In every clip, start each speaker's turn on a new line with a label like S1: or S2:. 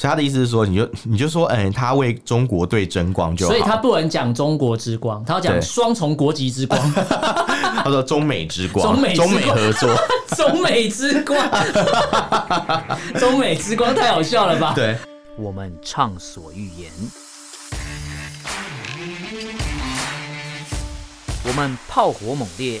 S1: 所以他的意思是说，你就你就说，嗯，他为中国队争光就好。
S2: 所以他不能讲中国之光，他要讲
S1: 对
S2: 双重国 籍之光，
S1: 他说中美之光，
S2: 中美之
S1: 中
S2: 光
S1: 美合作，
S2: 中美之 光，中美之光太好笑了吧？
S1: 对。
S2: 我们畅所欲言，我们炮火猛烈，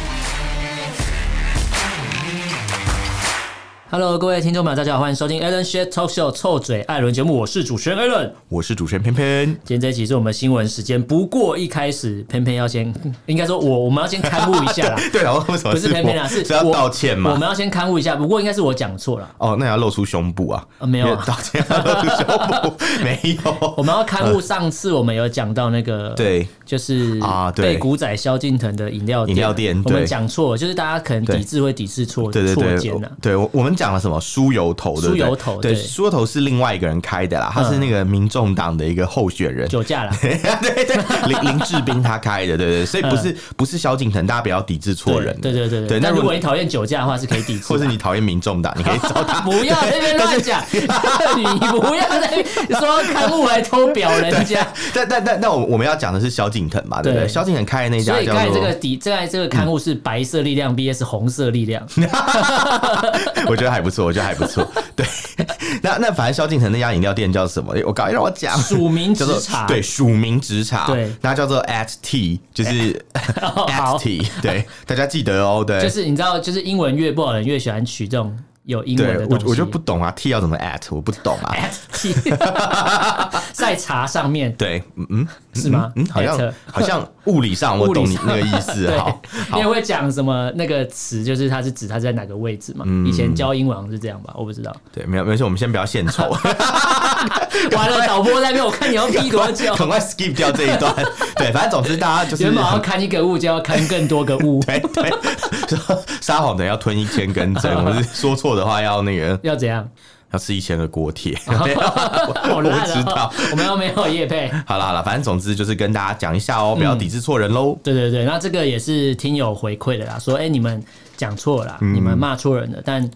S2: Hello，各位听众朋友，大家好，欢迎收听 Alan s h a t Talk Show 臭嘴艾伦节目，我是主持人 Alan。
S1: 我是主持人偏偏，
S2: 今天这一集是我们新闻时间，不过一开始偏偏要先，应该说我我们要先刊物一下啦，
S1: 对啊，为什么
S2: 不是偏偏 啦，
S1: 我
S2: 是
S1: 要
S2: 我
S1: 道歉
S2: 我
S1: 嘛？
S2: 们要先刊物一下，不过应该是我讲错了，
S1: 哦，那你要露出胸部啊？
S2: 呃没有啊
S1: 因为道歉要露出胸部， 没
S2: 我
S1: 有。
S2: 们要刊物上次我们有讲到那个
S1: 呃对，
S2: 就是
S1: 啊对
S2: 被古仔萧敬腾的饮料
S1: 饮料店
S2: 我
S1: 对
S2: 们讲错了，就是大家可能
S1: 对
S2: 抵制会抵制错
S1: 对对
S2: 错啊
S1: 对
S2: 间呐，，
S1: 对我我们讲了什么梳油头，对不对
S2: 梳油头
S1: 对
S2: 对嗯
S1: 梳油头是另外一个人开的啦，他是那个民众党的一个候选 人，
S2: 酒驾啦。
S1: 对对对，林林志斌他开的，对对，对所以不是不是萧敬腾，大家不要抵制错人，
S2: 对对对
S1: 对。那
S2: 但
S1: 如
S2: 如果
S1: 果
S2: 你讨厌酒驾的话，是啊可以抵制 的。
S1: 或是你讨厌民众党，你可以找他
S2: 不要在那边 乱讲， 你不要在那边说刊物还偷表人家。
S1: 但但但但我我们要讲的是萧敬腾嘛， 对不对？
S2: 对
S1: 萧敬腾开的那
S2: 所
S1: 家
S2: 以
S1: 叫
S2: 刚才
S1: 做嗯
S2: 这，个底，刚才这个刊物是白色力量 VS 红色力量，
S1: 我觉得还不错，我觉得还不 错。对，那那反正萧敬腾那家饮料店叫什么？诶我搞，让我讲。
S2: 署名
S1: 叫
S2: 直
S1: 做
S2: 茶。
S1: 对，署名直茶，
S2: 对哦
S1: 那叫做 at t，就是
S2: 好
S1: at t，对，大家记得哦，对，
S2: 就是你知道，就是英文越不好的人越喜欢取这种有英文
S1: 对
S2: 的东
S1: 我
S2: 西。
S1: 我就不懂啊，t 要怎么 at，我不懂啊，
S2: at t 在茶上面
S1: 对，嗯嗯，
S2: 是吗？
S1: 嗯，好
S2: at
S1: 像好像物理上我懂你那个意思，
S2: 对
S1: 好，，
S2: 因
S1: 好
S2: 为会讲什么那个词，就是它是指它在哪个位置嘛。
S1: 嗯
S2: 以前教英文好像是这样吧，我不 知道。
S1: 对，没有没事，我们先不要献丑，
S2: 完了，导播在那边，我看你要逼 多 久。
S1: 赶快 skip 掉这一 段，对，反正总之大家就是
S2: 原本要看一个物，就要看更多个物，
S1: 对 对，说撒谎的人要吞一千根针，我是说错的话要那个
S2: 要怎样？
S1: 要吃一千个锅 贴，没有我
S2: 好
S1: 我
S2: 烂
S1: 不知
S2: 啊
S1: 道。！
S2: 我们又没有叶配。
S1: 好了好了，反正总之就是跟大家讲一下哦，
S2: 嗯
S1: 不要抵制错人喽。
S2: 对对对，那这个也是听友回馈的啦，说哎、你们讲错了啦，
S1: 嗯
S2: 你们骂错人了。但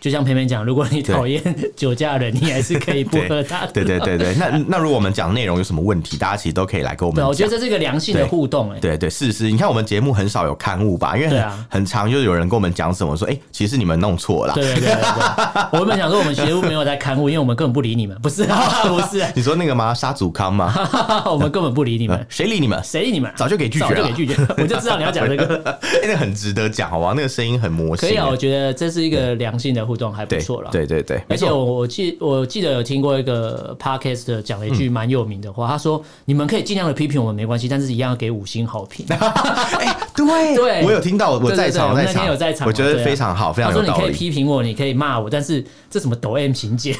S2: 就像偏偏讲，如果你讨厌酒驾的人，你还是可以不喝它的。
S1: 对对对对，那那如果我们讲内容有什么问题，大家其实都可以来跟我们
S2: 对，我觉
S1: 讲
S2: 得。这是一个良性的互动、哎，
S1: 对对，是是，你看我们节目很少有刊物吧，因为
S2: 对
S1: 很、
S2: 啊
S1: 很常就有人跟我们讲什么说，哎、其实你们弄错了啦。
S2: 对对对对对，我本想说我们节目没有在刊物，因为我们根本不理 你们，不是啊，不是啊，
S1: 你说那个吗？沙祖康吗？
S2: 我们根本不理你们，
S1: 谁理你们？
S2: 谁理你们啊？
S1: 嗯早就给拒绝
S2: 早就
S1: 了
S2: 给拒 绝，我就知道你要讲这个。
S1: 哎、那很值得讲，好不好？那个声音很魔性。
S2: 可以啊，
S1: 哎
S2: 我觉得这是一个良性的互动，还不
S1: 对，
S2: 错了。，
S1: 对对对，
S2: 而
S1: 没
S2: 且
S1: 错。
S2: 我我记我记得有听过一个 podcast 讲了一
S1: 嗯
S2: 句蛮有名的话，他说：“你们可以尽量的批评我们没关系，但是一样要给五星好评。
S1: 哎、对
S2: 对
S1: 我有听到，我在场，
S2: 对对对我们
S1: 在
S2: 那天
S1: 场，
S2: 有在场
S1: 我觉得
S2: 对啊
S1: 非常好，”非
S2: 他
S1: 常
S2: 说：“
S1: 有
S2: 你
S1: 道
S2: 可以
S1: 理。
S2: 批评我，你可以骂我，但是这什么抖 M 情节？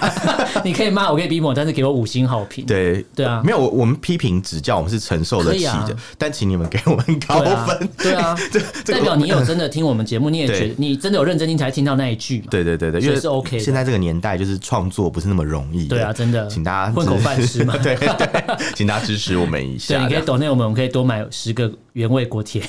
S2: 你可以骂我，可以批评我，但是给我五星好评。”
S1: 对
S2: 对啊
S1: 没有我我们批评指教，我们是承受得起
S2: 可以
S1: 的，
S2: 啊
S1: 但请你们给我们高
S2: 对啊
S1: 分。
S2: 对啊
S1: 这 这
S2: 代
S1: 个
S2: 表你有真的听我们节目，你也
S1: 对
S2: 觉得你真的有认真听才听到那一句嘛？
S1: 对对对对，因
S2: 所以
S1: 为
S2: 是 OK 的
S1: 现在这个年代，就是创作不是那么容易。
S2: 对啊真的
S1: 请大家
S2: 混口饭吃嘛
S1: 对对，请大家支持我们一
S2: 对，
S1: 下。
S2: 你可以
S1: 这样
S2: 抖内我们，我们可以多买十个原味 锅贴，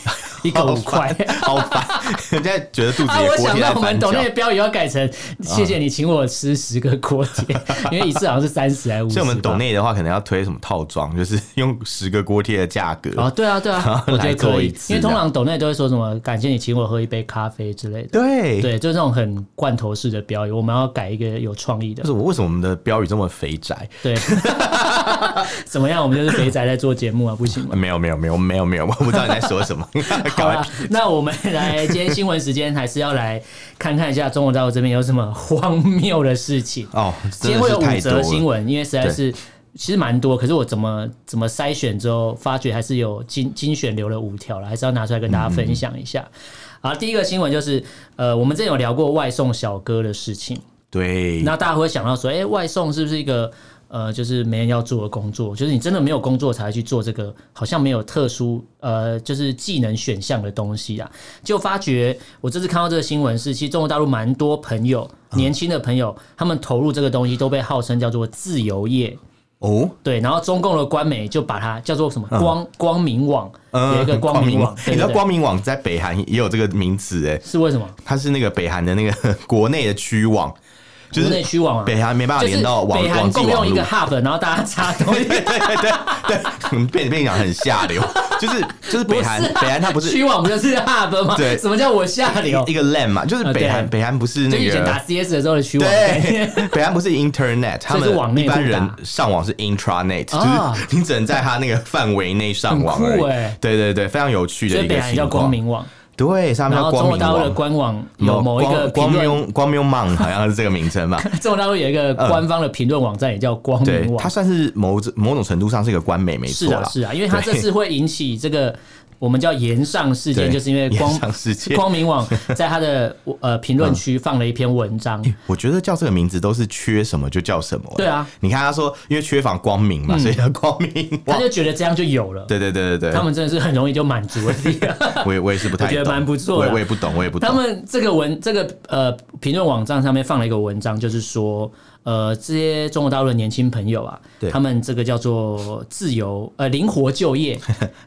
S2: 一个
S1: 好
S2: 五块
S1: 烦。，好烦！ 人家觉得肚子
S2: 啊，
S1: 也
S2: 我
S1: 锅
S2: 想
S1: 贴
S2: 到
S1: 在
S2: 我们
S1: 翻
S2: 抖
S1: 脚
S2: 那个。标语要改成“谢谢你请我吃十个锅 贴”，因为一次好像是三十还是五十。
S1: 所以我们抖。内的话，可能要推什么套装， 就是用十个锅贴的价格。
S2: 哦，对啊，对 啊，我觉得
S1: 来
S2: 可
S1: 做
S2: 以
S1: 一，次
S2: 因为通
S1: 这样
S2: 常抖内都会说什么“感谢你请我喝一杯咖啡”之类的。
S1: 对，
S2: 对，就这种很罐头式的标语，我们要改一个有创意的
S1: 就。是我为什么我们的标语这么肥宅？
S2: 对， 怎么样？我们就是肥宅在做节目啊，不行 吗？
S1: 没有没有没有没有没有， 我不知道你在说什么。
S2: 好
S1: 搞
S2: 啊啦
S1: 完，
S2: 那我们来今天新闻时间，还是要来看看一下中国大陆这边有什么荒谬的事情。
S1: 哦，真
S2: 今
S1: 的
S2: 天会
S1: 是
S2: 有五
S1: 太多
S2: 则新
S1: 了。
S2: 闻，因为实在
S1: 对
S2: 是其实蛮多，可是我怎么怎么筛选之后，发觉还是有精精选留了五条了，还是要拿出来跟大
S1: 嗯
S2: 家分享一下。好，第一个新闻就是，呃，我们之前有聊过外送小哥的事情，
S1: 对，
S2: 那大家会想到说，哎、外送是不是一个呃，就是没人要做的工作，就是你真的没有工作才去做这个，好像没有特殊呃，就是技能选项的东西啊。就发觉我这次看到这个新闻是，其实中国大陆蛮多朋友，
S1: 嗯
S2: 年轻的朋友，他们投入这个东西都被号称叫做自由业。
S1: 哦，
S2: 对，然后中共的官媒就把它叫做什么光、光明网，
S1: 嗯
S2: 有一个光明网，
S1: 你
S2: 对
S1: 知
S2: 对
S1: 道
S2: 对
S1: 光明网在北韩也有这个名词哎、
S2: 是为什么？
S1: 它是那个北韩的那个 国内的区网，就
S2: 国内
S1: 是
S2: 区网啊，
S1: 北韩没办法
S2: 就是
S1: 连到网
S2: 北
S1: 网
S2: 韩
S1: 际
S2: 共
S1: 网
S2: 用一
S1: 路
S2: 个，hub，然后大家插东西，
S1: 对， 被被你讲很下流， 就是就是北韩
S2: 不是啊
S1: 北韩它不是
S2: 区网不就是 hub 吗？
S1: 对
S2: 什么叫我下流
S1: 一？个 LAN 嘛，就是
S2: 啊
S1: 北韩
S2: 对
S1: 北韩不是
S2: 就
S1: 那
S2: 以前
S1: 个。
S2: 打 CS 的时候的区网概念，
S1: 对， 北韩不是 Internet，他
S2: 所以是网
S1: 们
S2: 内
S1: 一般
S2: 互打
S1: 人上网是 Intranet，
S2: 啊
S1: 就是你只能在他那个范围内上网
S2: 很
S1: 而
S2: 酷
S1: 已
S2: 欸。
S1: 对对对，非常有趣
S2: 所
S1: 的
S2: 以
S1: 一
S2: 北
S1: 个
S2: 韩叫
S1: 情
S2: 光
S1: 况。
S2: 明网，
S1: 对，所以他们叫
S2: 然后中
S1: 光
S2: 国
S1: 明
S2: 大陆的
S1: 网。
S2: 官网有某一个
S1: 光
S2: 评
S1: 光
S2: 论，
S1: 明光明网好像是这个名 称吧？
S2: 中国大陆有一个官方的评论网站也叫光
S1: 对
S2: 明，网
S1: 它，算是某某种程度上是一个官媒，没
S2: 是
S1: 错
S2: 啊
S1: 啦。
S2: 是啊，因为它这次会引起这个我们叫延上事件，
S1: 对
S2: 就是因为光
S1: 延上事件
S2: 光明网在它的呃评论区放了一篇文章，
S1: 我觉得叫这个名字都是缺什么就叫什么。
S2: 对啊，嗯
S1: 你看他说，因为缺乏光明嘛，所以叫光明
S2: 他
S1: 网。
S2: 就觉得这样就有了。
S1: 对对对对对，
S2: 他们真的是很容易就满足了自己。
S1: 我也我也是不太
S2: 我
S1: 懂，
S2: 觉得蛮不错
S1: 我
S2: 的
S1: 也我也不懂，我也不
S2: 他
S1: 懂。
S2: 们这个文这个呃评论网站上面放了一个文章，就是说呃这些中国大陆的年轻朋友啊
S1: 对，
S2: 他们这个叫做自由呃灵活 就业，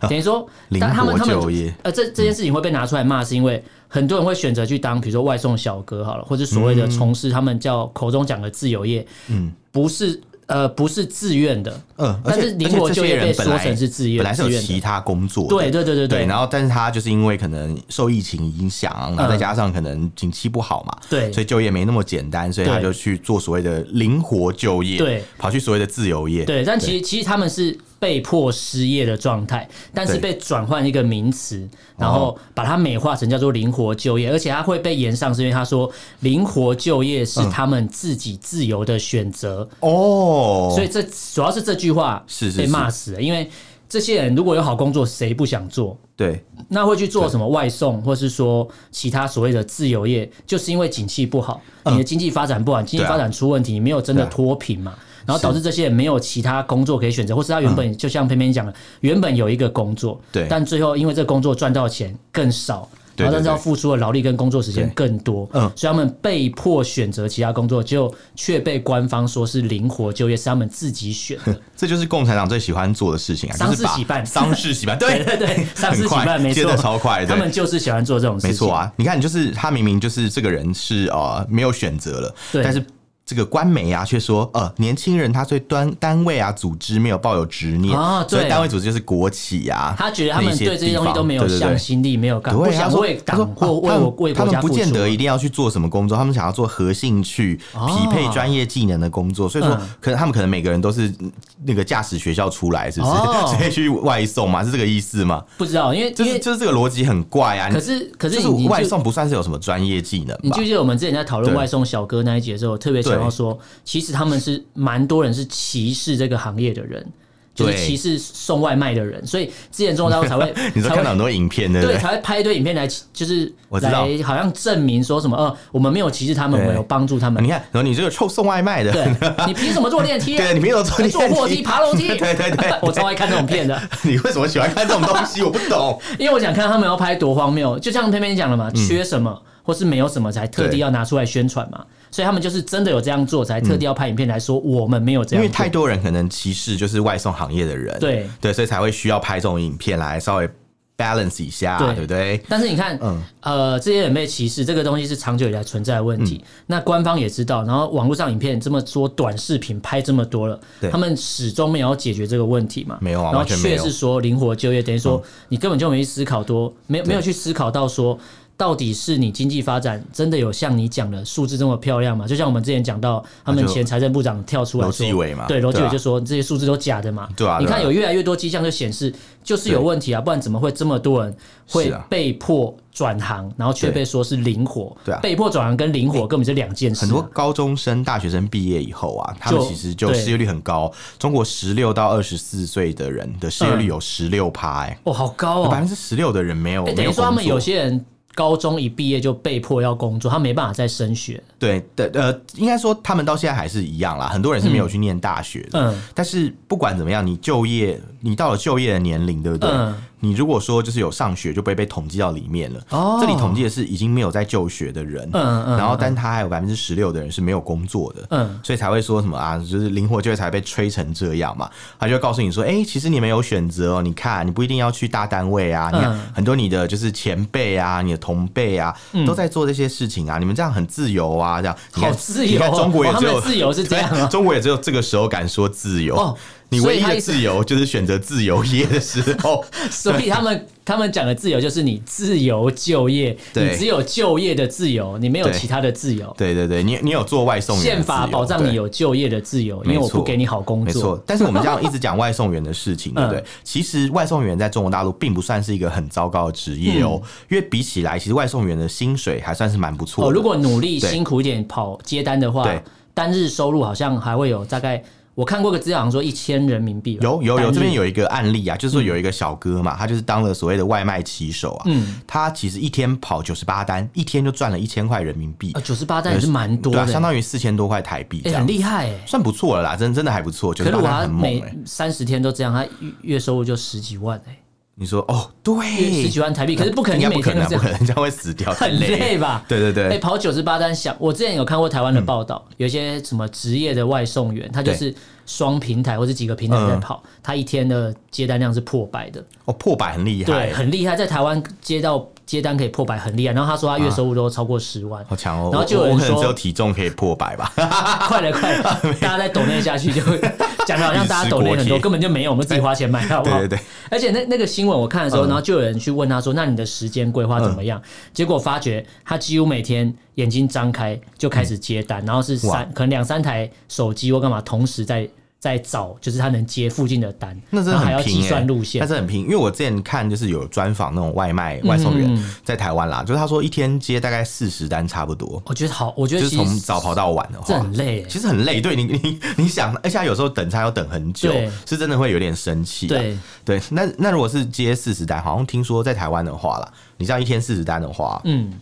S2: 等于说
S1: 灵
S2: 但他们
S1: 活
S2: 他们
S1: 就业
S2: 呃这这件事情会被拿出来骂，是因为很多人会选择去当比如说外送小哥好了，
S1: 嗯
S2: 或者所谓的从事他们叫口中讲的自由业，嗯，不是呃不是自愿的，
S1: 嗯，而
S2: 但
S1: 且
S2: 是灵活
S1: 而且
S2: 就
S1: 这些
S2: 业
S1: 人
S2: 被
S1: 本
S2: 说
S1: 来
S2: 成是自愿
S1: 本来是有
S2: 自愿的
S1: 其他工作的，
S2: 对对对对
S1: 对，
S2: 对
S1: 然后但是他就是因为可能受疫情影响，然后再加上可能景气不好嘛，
S2: 嗯对
S1: 所以就业没那么简单，所以他
S2: 对
S1: 就去做所谓的灵活就业，
S2: 对，
S1: 跑去所谓的自由业，
S2: 对，但其实其实他们是被迫失业的状态，但是
S1: 对
S2: 被转换一个名词，然后把它美化成叫做灵活就
S1: 哦
S2: 业，而且它会被延上，是因为他说灵活就业是他们自己自由的选择，
S1: 哦，
S2: 所以这主要是这句话
S1: 是是
S2: 被骂死了，因为这些人如果有好工作，谁不想做？
S1: 对
S2: 那会去做什么外送，或是说其他所谓的自由业，就是因为景气不好，你的经济发展不好，经济
S1: 嗯对啊
S2: 发展出问题，你没有真的
S1: 对啊
S2: 脱贫嘛，然后导致这些人没有其他工作可以选择，或是他原本就像偏偏讲的，原本有一个工作，
S1: 对
S2: 但最后因为这个工作赚到的钱更少。
S1: 对
S2: 然
S1: 对
S2: 后，但是要
S1: 对
S2: 付出的劳力跟工作时间
S1: 对
S2: 更多，
S1: 嗯
S2: 所以他们被迫选择其他工作，就却被官方说是灵活就业，是他们自己选的。
S1: 这就是共产党最喜欢做的事情啊，就是
S2: 丧事
S1: 把
S2: 喜办
S1: 丧事喜办，对
S2: 对对，上
S1: 很
S2: 司举
S1: 快
S2: 办没
S1: 接
S2: 错，
S1: 得超快对
S2: 他们就是喜欢做这种事情。
S1: 没错啊，你看，就是他明明就是这个人是呃没有选择了，
S2: 对
S1: 但是这个官媒啊却说呃年轻人他对单单位啊组织没有抱有执念
S2: 啊
S1: 所以
S2: 对
S1: 单位组织就是国企啊，
S2: 他觉得他们对这些东西都没有
S1: 那些地方
S2: 向心力，没有干，
S1: 对对对
S2: 不
S1: 对啊，
S2: 想
S1: 说
S2: 为
S1: 他说
S2: 党或
S1: 啊
S2: 为
S1: 他
S2: 我
S1: 们
S2: 为
S1: 他
S2: 国
S1: 们
S2: 家
S1: 不
S2: 付
S1: 见
S2: 出
S1: 得一
S2: 啊。
S1: 定要去做什么工作，他们想要做合兴趣、
S2: 哦
S1: 匹配专业技能的工作。所以说
S2: 嗯，
S1: 可能他们可能每个人都是嗯那个驾驶学校出来，是不是？
S2: 哦
S1: 所以去外送嘛，是这个意思吗？
S2: 不知道，因为
S1: 就
S2: 因
S1: 是
S2: 为
S1: 就是这个逻辑很怪啊！你
S2: 可是可是
S1: 就是
S2: 你
S1: 外
S2: 就
S1: 送不算是有什么专业技能
S2: 你
S1: 吧
S2: 记？不记得我们之前在讨论
S1: 对
S2: 外送小哥那一节的时候，特别强调
S1: 对
S2: 说，其实他们是蛮多人是歧视这个行业的人，就是
S1: 对
S2: 歧视送外卖的人，所以之前中国大陆才会
S1: 你都
S2: 才
S1: 看到
S2: 会
S1: 很多影片，对不
S2: 对
S1: 对？
S2: 才会拍一堆影片来，就是
S1: 我知
S2: 来
S1: 道
S2: 好像证明说什么呃，我们没有歧视他们，我们
S1: 对
S2: 有帮助他们
S1: 你。看，然后你这个臭送外卖的，
S2: 对，你凭什么坐电梯 啊？
S1: 对，你没有坐
S2: 坐货
S1: 电，
S2: 梯、爬楼梯
S1: 对对对
S2: 我超爱看这种片的。
S1: 你为什么喜欢看这种东 西？我不懂。
S2: 因为我想看他们要拍多荒谬，就像偏偏你讲了嘛，缺什么、或是没有什么才特
S1: 嗯
S2: 地
S1: 对
S2: 要拿出来宣传嘛，所以他们就是真的有这样做，才特地要拍影片来说我们没有这
S1: 因
S2: 样
S1: 为
S2: 做
S1: 太多人可能歧视就是外送行业的人，
S2: 对
S1: 对，所以才会需要拍这种影片来稍微 balance 一下，
S2: 对
S1: 对不对？
S2: 但是啊你看，
S1: 嗯
S2: 呃，这些人被歧视，这个东西是长久以来存在的问题。
S1: 嗯
S2: 那官方也知道，然后网络上影片这么多，短视频拍这么多了
S1: 对，
S2: 他们始终没有解决这个问题嘛？
S1: 没有啊
S2: 然后
S1: 完全没
S2: 却
S1: 有嗯
S2: 是说灵活就业，等于说你根本就没思考多，没有没有去思考到说。到底是你经济发展真的有像你讲的数字这么漂亮吗？就像我们之前讲到，他们
S1: 那就
S2: 前财政部长跳出来说，
S1: 罗继伟嘛
S2: 对，罗继
S1: 对
S2: 伟
S1: 啊
S2: 就说这些数字都假的嘛。
S1: 对啊
S2: 你看
S1: 对啊
S2: 有越来越多迹象就显示，就是有
S1: 对
S2: 问题啊，不然怎么会这么多人会
S1: 是啊
S2: 被迫转行，然后却
S1: 对
S2: 被说是灵活。
S1: 对啊
S2: 被迫转行跟灵活根本是两件事啊、
S1: 很多高中生、大学生毕业以后啊，他们
S2: 就
S1: 其实就
S2: 对
S1: 失业率很高。中国十六到二十四岁的人的失业率
S2: 嗯
S1: 有十六趴，哎、
S2: 哦，好高
S1: 百
S2: 哦
S1: 分。之十六的人没有，
S2: 哎，
S1: 没
S2: 等于
S1: 有
S2: 说他
S1: 工
S2: 们
S1: 作
S2: 有些人高中一毕业就被迫要工作，他没办法再升学。
S1: 对的，呃，应该说他们到现在还是一样啦，很多人是没有去念大学的。
S2: 嗯，
S1: 但是不管怎么样，你就业，你到了就业的年龄，对不对？
S2: 嗯
S1: 你如果说就是有上学，就不会被统计到里面了。
S2: 哦
S1: 这里统计的是已经没有在就学的人，
S2: 嗯嗯
S1: 然后但他还有百分之十六的人是没有工作的，
S2: 嗯
S1: 所以才会说什么啊，就是灵活就业才被吹成这样嘛。他就会告诉你说，哎、其实你们有选择哦，你看你不一定要去大单位啊，你看
S2: 嗯
S1: 很多你的就是前辈啊，你的同辈啊，都在做这些事情啊，你们这样很自由啊，这样你看
S2: 好自由
S1: 你
S2: 哦、
S1: 看中国也
S2: 哦他
S1: 只
S2: 们
S1: 有
S2: 的自由是这样啊。
S1: 中国也只有这个时候敢说自由。
S2: 哦
S1: 你
S2: 所
S1: 唯
S2: 以
S1: 一
S2: 他
S1: 的
S2: 意思
S1: 自由就是选择自由业的时 候，
S2: 所以他们他们讲的自由就是你自由就业，
S1: 对
S2: 你只有就业的自由，你没有
S1: 对
S2: 其他的自由。
S1: 对对对，你你有做外送员的自由，
S2: 宪法保障你
S1: 对
S2: 有就业的自由，因
S1: 没
S2: 为
S1: 错
S2: 我不给你好工
S1: 没
S2: 作
S1: 错。，但是我们这样一直讲外送员的事 情，对不对
S2: 嗯？
S1: 其实外送员在中国大陆并不算是一个很糟糕的职业
S2: 嗯
S1: 哦，因为比起来，其实外送员的薪水还算是蛮不错
S2: 哦，
S1: 的。
S2: 如果努力
S1: 对
S2: 辛苦一点跑接单的话
S1: 对，
S2: 单日收入好像还会有大概，我看过个资料，好像说一千人民币吧。
S1: 有有
S2: 单嗯
S1: 有，
S2: 日
S1: 这边有一个案例啊，就是说有一个小哥嘛，他就是当了所谓的外卖骑手啊，
S2: 嗯
S1: 他其实一天跑九十八单，一天就赚了一千块人民币
S2: 啊，，九十八单也是蛮多
S1: 对啊，
S2: 的，
S1: 相当于四千多块台币这
S2: 哎
S1: 样
S2: 很。厉害哎。
S1: 算不错了啦，真真的还不错，九
S2: 可
S1: 十
S2: 是
S1: 八
S2: 我
S1: 单
S2: 要
S1: 很猛哎、哎
S2: 每三十天都这样，他月月收入就十几万哎，
S1: 你说哦，对，
S2: 十几万台币。可是不可
S1: 应该
S2: 能
S1: 不
S2: 每
S1: 可
S2: 天
S1: 能
S2: 都
S1: 啊，
S2: 这
S1: 不
S2: 样
S1: 可，能，这样会死掉，太
S2: 很
S1: 累
S2: 累吧？
S1: 对对
S2: 哎、
S1: 对，
S2: 跑九十八单想，我之前有看过台
S1: 嗯
S2: 湾的报道，有一些什么职业的外送员，他就是双平台或者几个平台
S1: 嗯
S2: 在跑，他一天的接单量是破百的，
S1: 哦，破百很厉害
S2: 对，，很厉害，在台湾接到接单可以破百，很厉害。然后他说他月收入都超过十万，
S1: 好强哦。
S2: 然后就有
S1: 我
S2: 人
S1: 我可能
S2: 说
S1: 只有体重可以破百吧，
S2: 快了快了，大家再抖内下去就 会讲的好像大家抖内很
S1: 一时
S2: 多，
S1: 国体
S2: 根本就没有，我们自己花钱买，好不好？
S1: 对对对嗯
S2: 而且那那个新闻我看的时候，然后就有人去问他说：“那你的时间规划怎么样？”结果发觉他几乎每天眼睛张开就开始接单，然后是
S1: 嗯哇
S2: 三可能两三台手机或干嘛同时在在找，就是他能接附近的单，
S1: 那真
S2: 然
S1: 的
S2: 后还
S1: 很
S2: 要计
S1: 拼
S2: 算
S1: 欸
S2: 路
S1: 那
S2: 线。嗯
S1: 真的很拼。因为我之前看就是有专访那种外卖外送员在台湾啦，就是他说一天接大概四十单差不多，
S2: 我觉得好，我觉
S1: 就
S2: 得
S1: 是
S2: 其实
S1: 从早跑到晚的
S2: 这
S1: 话
S2: 很。累欸、
S1: 其实很累，对你你你想，而且他有时候等餐要等很久
S2: 对，
S1: 是真的会有点生气、啊。
S2: 对，
S1: 对，那那如果是接四十单，好像听说在台湾的话啦，你这样一天四十单的话，
S2: 嗯，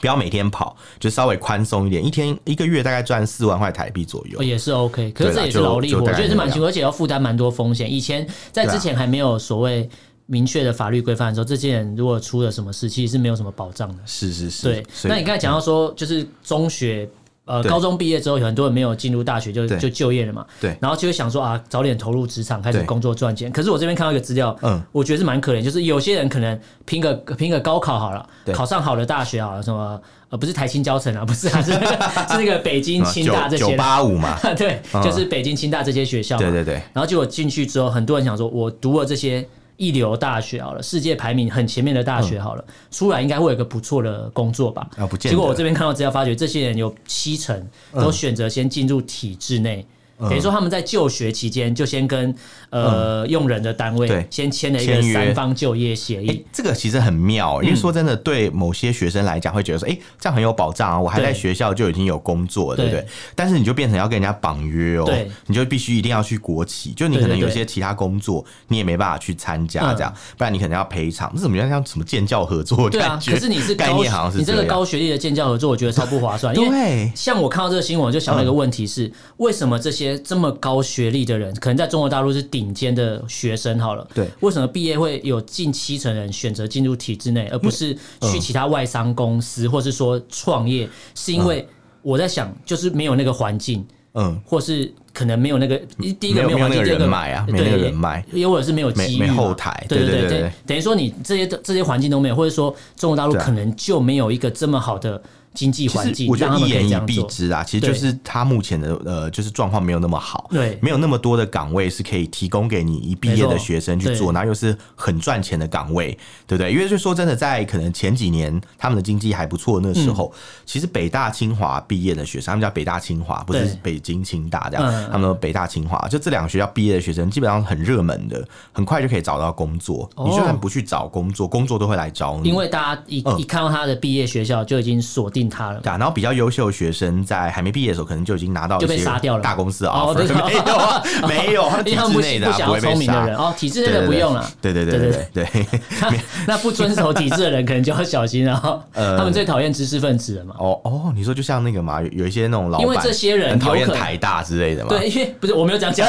S1: 不要每天跑，就稍微宽松一点，一天一个月大概赚四万块台币左右
S2: 哦，。也是 OK，可
S1: 对
S2: 是这
S1: 啦
S2: 也是
S1: 就
S2: 劳力活，
S1: 就
S2: 我
S1: 大
S2: 觉
S1: 概
S2: 得是蛮
S1: 那样
S2: 辛苦，而且要负担蛮多风险。以前在
S1: 对啊
S2: 之前还没有所谓明确的法律规范的时候，这些人如果出了什么事，其实是没有什么保障的。
S1: 是是是，
S2: 对，
S1: 所以
S2: 那你刚才讲到说，就是中学。呃，
S1: 对
S2: 高中毕业之后，有很多人没有进入大学就
S1: 对
S2: 就就业了嘛，
S1: 对
S2: 然后就会想说啊，早点投入职场，开始
S1: 对
S2: 工作赚钱。可是我这边看到一个资料，
S1: 嗯
S2: 我觉得是蛮可怜，就是有些人可能拼个拼个高考好了，
S1: 对
S2: 考上好的大学好了，什么呃不是台青教程啊，不是啊，是是那个北京清大这
S1: 九
S2: 些啦，
S1: 八五嘛，
S2: 对，就是北京、清大这些学校嘛。
S1: 嗯对对对
S2: 然后结果进去之后，很多人想说，我读了这些一流大学好了，世界排名很前面的大学好了，出来应该会有一个不错的工作吧？
S1: 嗯啊不见得
S2: 结果我这边看到资料发觉，这些人有七成都选择先进入体制内。
S1: 嗯
S2: 等于说他们在就学期间就先跟呃、用人的单位
S1: 对
S2: 先签了一个
S1: 签约
S2: 三方就业协
S1: 哎、
S2: 议，
S1: 这个其实很妙、因为说真的，对某些学生来讲，会觉得说，哎、这样很有保障啊，我还
S2: 对
S1: 在学校就已经有工作了，对不
S2: 对
S1: 对？但是你就变成要跟人家绑约哦、
S2: 对
S1: 你就必须一定要去国企，就你
S2: 对
S1: 可能
S2: 对
S1: 有
S2: 对
S1: 一些其他工作，你也没办法去参加，这样，不然你可能要赔偿，这怎么样？像什么建教合作的
S2: 对啊
S1: 感，觉？
S2: 可是你是
S1: 概
S2: 高
S1: 念好像是
S2: 你这
S1: 这
S2: 个
S1: 样
S2: 高学历的建教合作，我觉得超不划算，因为
S1: 对嗯
S2: 像我看到这个新闻，我就想到一个问题是，为什么这些这么高学历的人，可能在中国大陆是顶尖的学生好了，
S1: 对
S2: 为什么毕业会有近七成人选择进入体制内，而不是
S1: 嗯
S2: 去其他外商公司，或是说创业？是因为我在想，就是没有那个环境。
S1: 嗯，
S2: 或是可能没有那个一第一个
S1: 没有
S2: 环境，
S1: 没有那个
S2: 第二个
S1: 人脉啊
S2: 对
S1: 没那个人脉
S2: 也或者是没有机遇嘛，
S1: 没没后台
S2: 对
S1: 对
S2: 对
S1: 对对对
S2: 等于说你这些这些环境都没有，或者说中国大陆
S1: 对啊
S2: 可能就没有一个这么好的经济环
S1: 其
S2: 境
S1: 实，我觉
S2: 让他
S1: 得一
S2: 们可
S1: 言
S2: 以这
S1: 以
S2: 样
S1: 蔽
S2: 做。
S1: 之啊，其实就是他目前的呃，就是状况没有那么好，
S2: 对
S1: 没有那么多的岗位是可以提供给你一毕业
S2: 没错
S1: 的学生去做，
S2: 对
S1: 然后又是很赚钱的岗位，对不对？因为就说真的，在可能前几年他们的经济还不错
S2: 嗯
S1: 那时候，其实北大清华毕业的学生，他们叫北大清华，不是
S2: 对
S1: 北京清大这样，
S2: 嗯
S1: 他们说北大、清华，就这两个学校毕业的学生，基本上很热门的，很快就可以找到工作。
S2: 哦
S1: 你就算不去找工作，工作都会来找你。
S2: 因为大家一、一看到他的毕业学校就已经锁定他了。
S1: 嗯对啊，然后比较优秀的学生在还没毕业的时候，可能就已经拿到一
S2: 就被
S1: 些
S2: 杀掉了
S1: 大公司的
S2: 哦
S1: offer，
S2: 对
S1: 没有 啊，没有，他们体
S2: 因为他们
S1: 制
S2: 不
S1: 内
S2: 不
S1: 的啊
S2: 想
S1: 不
S2: 要
S1: 会被
S2: 聪明的
S1: 杀
S2: 人。哦，体制内的不用了。
S1: 对对对
S2: 对
S1: 对对对。
S2: 那不遵守体制的人可能就要小心了哦。
S1: 呃
S2: 他们最讨厌知识分子了嘛？
S1: 哦哦，你说就像那个嘛，有有一些那种老板，
S2: 因为这些人
S1: 很讨厌
S2: 有可能
S1: 台大之类的嘛。
S2: 对，因为不是我没有 这样讲，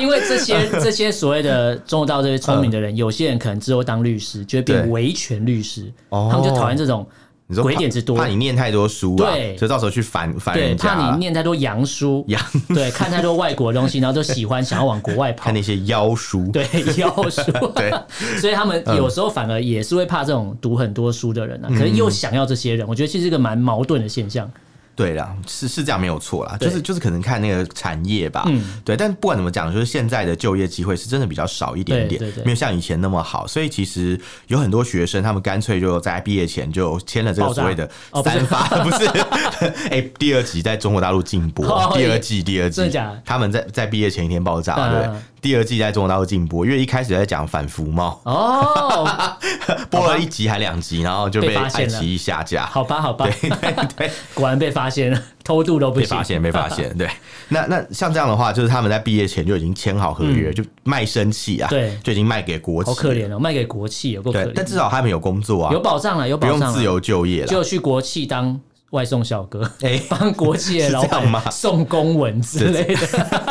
S2: 因为这些这些所谓的中国大陆这些聪明的人，有些人可能之后当律师，就会变
S1: 嗯对
S2: 维权律师，
S1: 哦
S2: 他们就讨厌这种
S1: 你说怕
S2: 鬼点子多
S1: 怕你念太多书啊，
S2: 对
S1: 所以到时候去烦烦
S2: 对，
S1: 人家
S2: 怕
S1: 啊
S2: 你，念太多洋书，
S1: 洋
S2: 对，看太多外国的东西，然后就喜欢想要往国外 跑
S1: 看，那些妖书。
S2: 对，妖书，
S1: 对， 嗯
S2: 所以他们有时候反而也是会怕这种读很多书的人啊，可能又想要这些人，我觉得其实是一个蛮矛盾的现象。
S1: 对啦，是是这样没有错啦，
S2: 对
S1: 就是就是可能看那个产业吧，
S2: 嗯
S1: 对。但不管怎么讲，就是现在的就业机会是真的比较少一点点，
S2: 对对对
S1: 没有像以前那么好。所以其实有很多学生，他们干脆就在毕业前就签了这个
S2: 爆炸
S1: 所谓的
S2: 哦不是
S1: 三 发，不是？哎、第二集在中国大陆禁播，
S2: 哦
S1: 第二季第二季，
S2: 真的假的
S1: 他们在在毕业前一天爆炸，
S2: 嗯
S1: 对不对？第二季在中国大陆禁播，因为一开始在讲反服贸，
S2: 哦，
S1: 播了一集还两集，然后就
S2: 被
S1: 被
S2: 发现
S1: 爱
S2: 了
S1: 奇艺下架。
S2: 好吧，好吧，
S1: 对对对，
S2: 果然被发现了，偷渡都不
S1: 被
S2: 行，
S1: 发现，被 发现。对，那那像这样的话，就是他们在毕业前就已经签好合约，就卖身契啊，
S2: 嗯对
S1: 就已经卖给国企，
S2: 好可。怜哦，卖给国企有够可
S1: 对
S2: 怜，。
S1: 但至少他们有工作啊
S2: 有，保障了，有
S1: 不
S2: 保
S1: 用
S2: 障了，啊
S1: 自由就业了。
S2: 就去国企当外送小哥，
S1: 哎
S2: 帮国企的 老
S1: 是这样吗
S2: 板送公文之类的。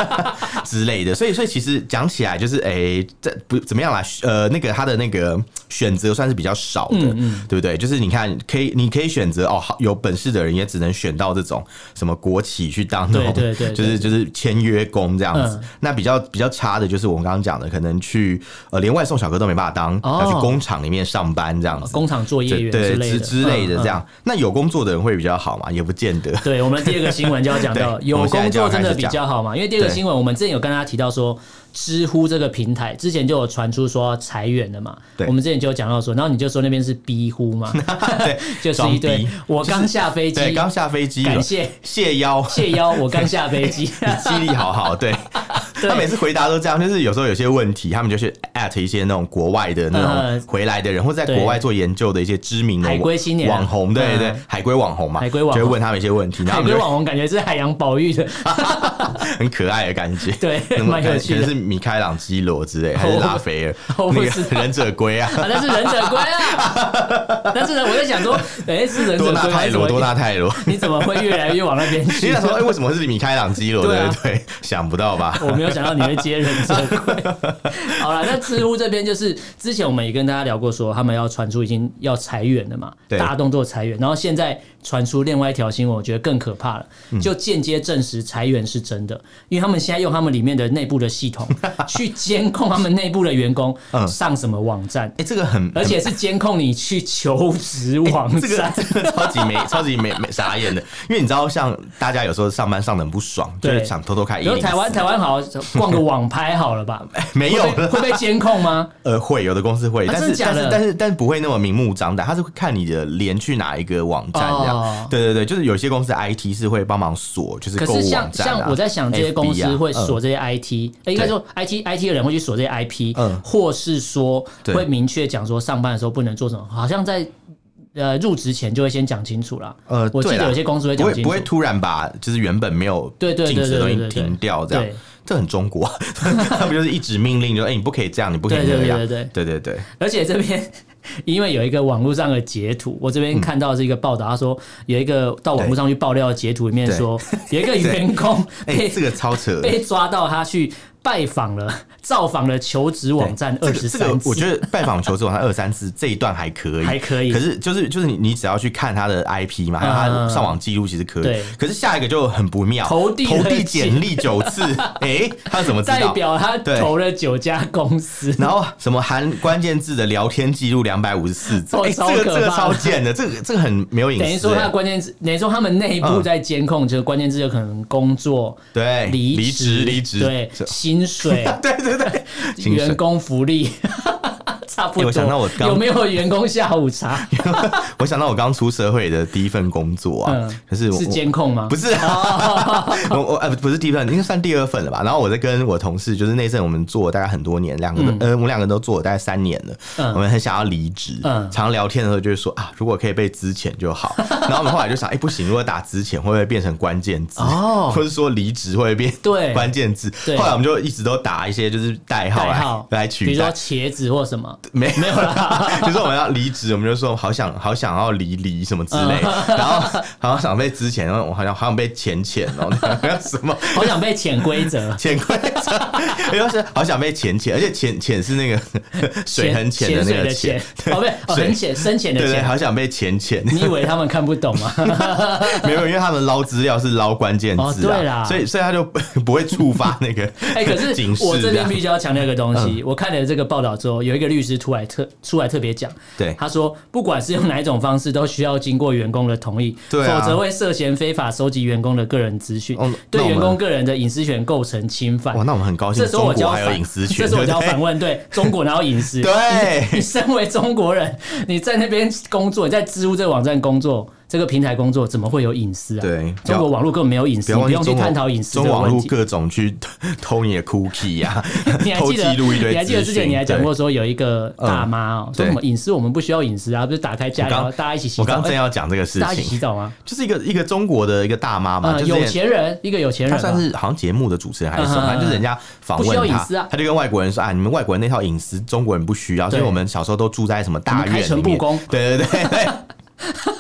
S1: 之类的，所以所以其实讲起来就是，哎、这不怎么样啦，呃，那个他的那个选择算是比较少的，
S2: 嗯
S1: 对不对？就是你看，可以你可以选择哦，好有本事的人也只能选到这种什么国企去当那种，
S2: 对对对
S1: 就是就是签约工这样子。
S2: 嗯
S1: 那比较比较差的就是我们刚刚讲的，可能去呃连外送小哥都没办法当，
S2: 哦
S1: 要去工厂里面上班这样子，
S2: 工厂作业
S1: 对
S2: 员之
S1: 对
S2: 类的
S1: 之之类的
S2: 嗯
S1: 这样。那有工作的人会比较好嘛？也不见得。
S2: 对我们第二个新闻就要讲 到
S1: 对我
S2: 有
S1: 们现在
S2: 工
S1: 就要
S2: 作真的
S1: 开始
S2: 比
S1: 讲
S2: 较好嘛，因为第二个
S1: 对
S2: 新闻我们之前有跟大家提到说，知乎这个平台之前就有传出说裁员的嘛，
S1: 对
S2: 我们之前就有讲到说，然后你就说那边是逼呼嘛，
S1: 对，
S2: 就是一
S1: 装
S2: 对
S1: 逼
S2: 我刚下飞 机，
S1: 对，刚下飞机，
S2: 感谢
S1: 谢邀。
S2: 谢邀，我刚下飞机，
S1: 你记忆力好好， 对。他每次回答都这样，就是有时候有些问题，他们就去 at 一些那种国外的那
S2: 呃
S1: 种回来的人，或者在
S2: 对
S1: 国外做研究的一些知名的
S2: 海归青年啊
S1: 网红，对对对
S2: 嗯，
S1: 海归网红嘛，
S2: 海归网红
S1: 就会问他们一些问题，然后他
S2: 海龟
S1: 们就
S2: 网红感觉是海洋保育 的，啊
S1: 很可爱的感觉，
S2: 对
S1: 那么哎
S2: 蛮有趣的
S1: 可能是米开朗基罗之类，还是拉斐 尔
S2: 我
S1: 那
S2: 不知
S1: 个忍者龟啊，
S2: 啊，那是忍者龟啊！但是呢，我在想说，哎、是 忍
S1: 多
S2: 者
S1: 纳
S2: 龟还
S1: 泰
S2: 是怎
S1: 罗，多
S2: 么？
S1: 纳泰罗。
S2: 你怎么会越来越往那边
S1: 你
S2: 去
S1: 想？说，哎，为什么是米开朗基罗？
S2: 对啊
S1: 对不对，想不到吧？
S2: 我没有想到你会接忍者龟。 好了，那知乎这边就是之前我们也跟大家聊过说他们要传出已经要裁员了嘛，
S1: 对
S2: 大动作裁员。然后现在传出另外一条新闻，我觉得更可怕了，
S1: 嗯
S2: 就间接证实裁员是真的，因为他们现在用他们里面的内部的系 统去监控他们内部的员工
S1: 嗯
S2: 上什么网站。
S1: 哎，这个很，
S2: 而且是监控你去求职网
S1: 这个
S2: 站，
S1: 这个超级没超级没没傻眼的，因为你知道，像大家有时候上班上的很不爽，就
S2: 对
S1: 是想偷偷开一
S2: 比如
S1: 零
S2: 台湾台湾好逛个网拍好了吧？
S1: 没有
S2: 会被
S1: 了。
S2: 会被监控吗？
S1: 呃，会有的公司会，
S2: 啊
S1: 但
S2: 真的
S1: 是
S2: 假
S1: 但
S2: 的
S1: 是但是但是不会那么明目张胆，他是会看你的连去哪一个网站这
S2: 哦
S1: 样。对对对，就是有些公司的 IT 是会帮忙锁，就是
S2: 可
S1: 购
S2: 是
S1: 物
S2: 像
S1: 网站啊
S2: 像我在想，这些公司
S1: FB 啊
S2: 会
S1: 嗯
S2: 锁这些 IT，呃应该说 IT IT 的人会去锁这些 IP，
S1: 嗯
S2: 或是说
S1: 对
S2: 会明确讲说上班的时候不能做什么，好像在呃入职前就会先讲清楚啦。
S1: 呃，
S2: 我记
S1: 对啦
S2: 得有些公司会
S1: 不
S2: 讲
S1: 会
S2: 清
S1: 不
S2: 楚
S1: 会。突然把就是原本没有
S2: 对对对
S1: 禁止的东
S2: 对
S1: 西
S2: 对对对
S1: 停掉这样
S2: 对，
S1: 这很中 国，他们就是一直命令就哎你不可以这样，你不可以
S2: 对对
S1: 那样，
S2: 对对
S1: 对对对，
S2: 而且这边因为有一个网络上的截图，我这
S1: 嗯
S2: 边看到是一个报道，他说有一个到网络上去爆料的截图里面说，有一个员工
S1: 哎
S2: 被
S1: 这个超扯，
S2: 被抓到，他去拜访了造访了求职网站
S1: 这
S2: 二
S1: 个
S2: 十
S1: 这个
S2: 三次，
S1: 我觉得拜访求职网站二三次 这一段还可以，
S2: 还可以
S1: 可是就是就是你你只要去看他的 IP 嘛，还有他
S2: 嗯
S1: 的上网记录其实可以
S2: 对。
S1: 可是下一个就很不妙，
S2: 投递
S1: 投
S2: 了
S1: 递
S2: 几
S1: 简历九 次，哎，他怎么知
S2: 代
S1: 道？
S2: 表他
S1: 对
S2: 投了九家公司。
S1: 然后什么含关键字的聊天记录两百五十四则，
S2: 哦
S1: 哎，
S2: 超
S1: 这个
S2: 可
S1: 这个
S2: 怕
S1: 超贱的，这个这个很没有隐私。
S2: 等于说，他
S1: 哎
S2: 的关键字，等于说他们内部
S1: 嗯
S2: 在监控，就是关键字有可能工作、
S1: 对
S2: 离
S1: 离
S2: 职、
S1: 职离职
S2: 对
S1: 这
S2: 薪水、
S1: 对对对，薪水哎
S2: 员工福利， 差不多。
S1: 我想到我刚
S2: 有没有员工下 午茶？
S1: 我想到我刚出社会的第一份工作啊，
S2: 嗯
S1: 可是我
S2: 是监控吗？哦
S1: 不是、啊，我 我呃不是第一份，应该算第二份了吧。然后我在跟我同事，就是那阵我们做了大概很多年，两个、呃我们两个都做了大概三年了，
S2: 嗯
S1: 我们很想要离职，
S2: 嗯
S1: 常聊天的时候就是说啊，如果可以被资遣就 好。然后我们后来就想，哎、不行，如果打资遣会不会变成关键字？
S2: 哦
S1: 或者说离职会不会变
S2: 对
S1: 关键字？
S2: 对
S1: 后来我们就一直都打一些就是代号
S2: 代
S1: 来
S2: 号
S1: 哎来
S2: 比
S1: 取
S2: 如说
S1: 代。
S2: 茄子或什么，
S1: 没
S2: 没 有啦。
S1: 比如说我们要离职，我们就说好想好想要离离什么之类，
S2: 嗯
S1: 然后好想被之前，然后我好像好想被浅浅哦， 那个什么。
S2: 好想被潜规则
S1: 潜规则，哎要是好想被浅浅，而且浅浅是那个 水很浅的那
S2: 潜水
S1: 个
S2: 的
S1: 浅
S2: 潜，，哦不是，哦
S1: 水
S2: 很浅深浅的
S1: 对对，
S2: 浅。
S1: 好想被浅浅，
S2: 你以为他们看不懂吗？
S1: 没有，因为他们捞资料是捞关键
S2: 哦
S1: 字
S2: 对啦
S1: 啊，所以所以他就 不会触发那个
S2: 哎、可
S1: 警
S2: 是
S1: 示
S2: 我这
S1: 这
S2: 边
S1: 样嗯
S2: 必。须要强调一个东西。我看了这个报道之后，有一个律师出来特出来特别讲，
S1: 对
S2: 他说，不管是用哪一种方式，都需要经过员工的同意，
S1: 对啊
S2: 否则会涉嫌非法收集员工的个人资讯，
S1: 哦那
S2: 对
S1: 我们
S2: 员工个人的隐私权构成侵犯
S1: 哇，。那我们很高兴，
S2: 这时候
S1: 中
S2: 我就
S1: 国
S2: 要
S1: 还有
S2: 反，
S1: 隐私
S2: 这
S1: 权，
S2: 时候我就要
S1: 对不对
S2: 反问，对中国哪有 隐私？
S1: 对
S2: 你身为中国人，你在那边工作，你在知乎这个网站工作，这个平台工作，怎么会有隐私啊？
S1: 对
S2: 中国网络根本没有隐
S1: 不
S2: 私，
S1: 要
S2: 你
S1: 忘记
S2: 不用
S1: 中
S2: 去
S1: 国
S2: 探讨隐私
S1: 中
S2: 这个
S1: 网
S2: 问
S1: 路
S2: 题。
S1: 各种去偷你的 cookie 呀、
S2: 你还
S1: 偷
S2: 记得
S1: 记录一堆
S2: 你还记得
S1: 资
S2: 之前你还
S1: 讯
S2: 讲
S1: 对
S2: 过说有一个大妈哦、说
S1: 对
S2: 什么隐私我们不需要隐私啊，不是打开家里
S1: 我刚
S2: 然后大家一起洗
S1: 我
S2: 澡，
S1: 刚刚正
S2: 哎
S1: 要讲这个事
S2: 大家一起洗
S1: 情，
S2: 澡吗？
S1: 就是一个一个中国的一个大妈嘛，
S2: 嗯，
S1: 啊就是
S2: 有
S1: 人
S2: 钱人一个有钱人
S1: 他
S2: 吧，
S1: 算是好像节目的主持人还是什么，
S2: 嗯嗯嗯
S1: 反正就是人家访
S2: 不需要
S1: 问
S2: 隐
S1: 他，
S2: 私啊
S1: 他就跟外国人说：“啊，你们外国人那套隐私，中国人不需要，所
S2: 对
S1: 以我们小时候都住在什么
S2: 我
S1: 大
S2: 们开
S1: 院
S2: 诚
S1: 里
S2: 布
S1: 面。
S2: 公”
S1: 对对对 对。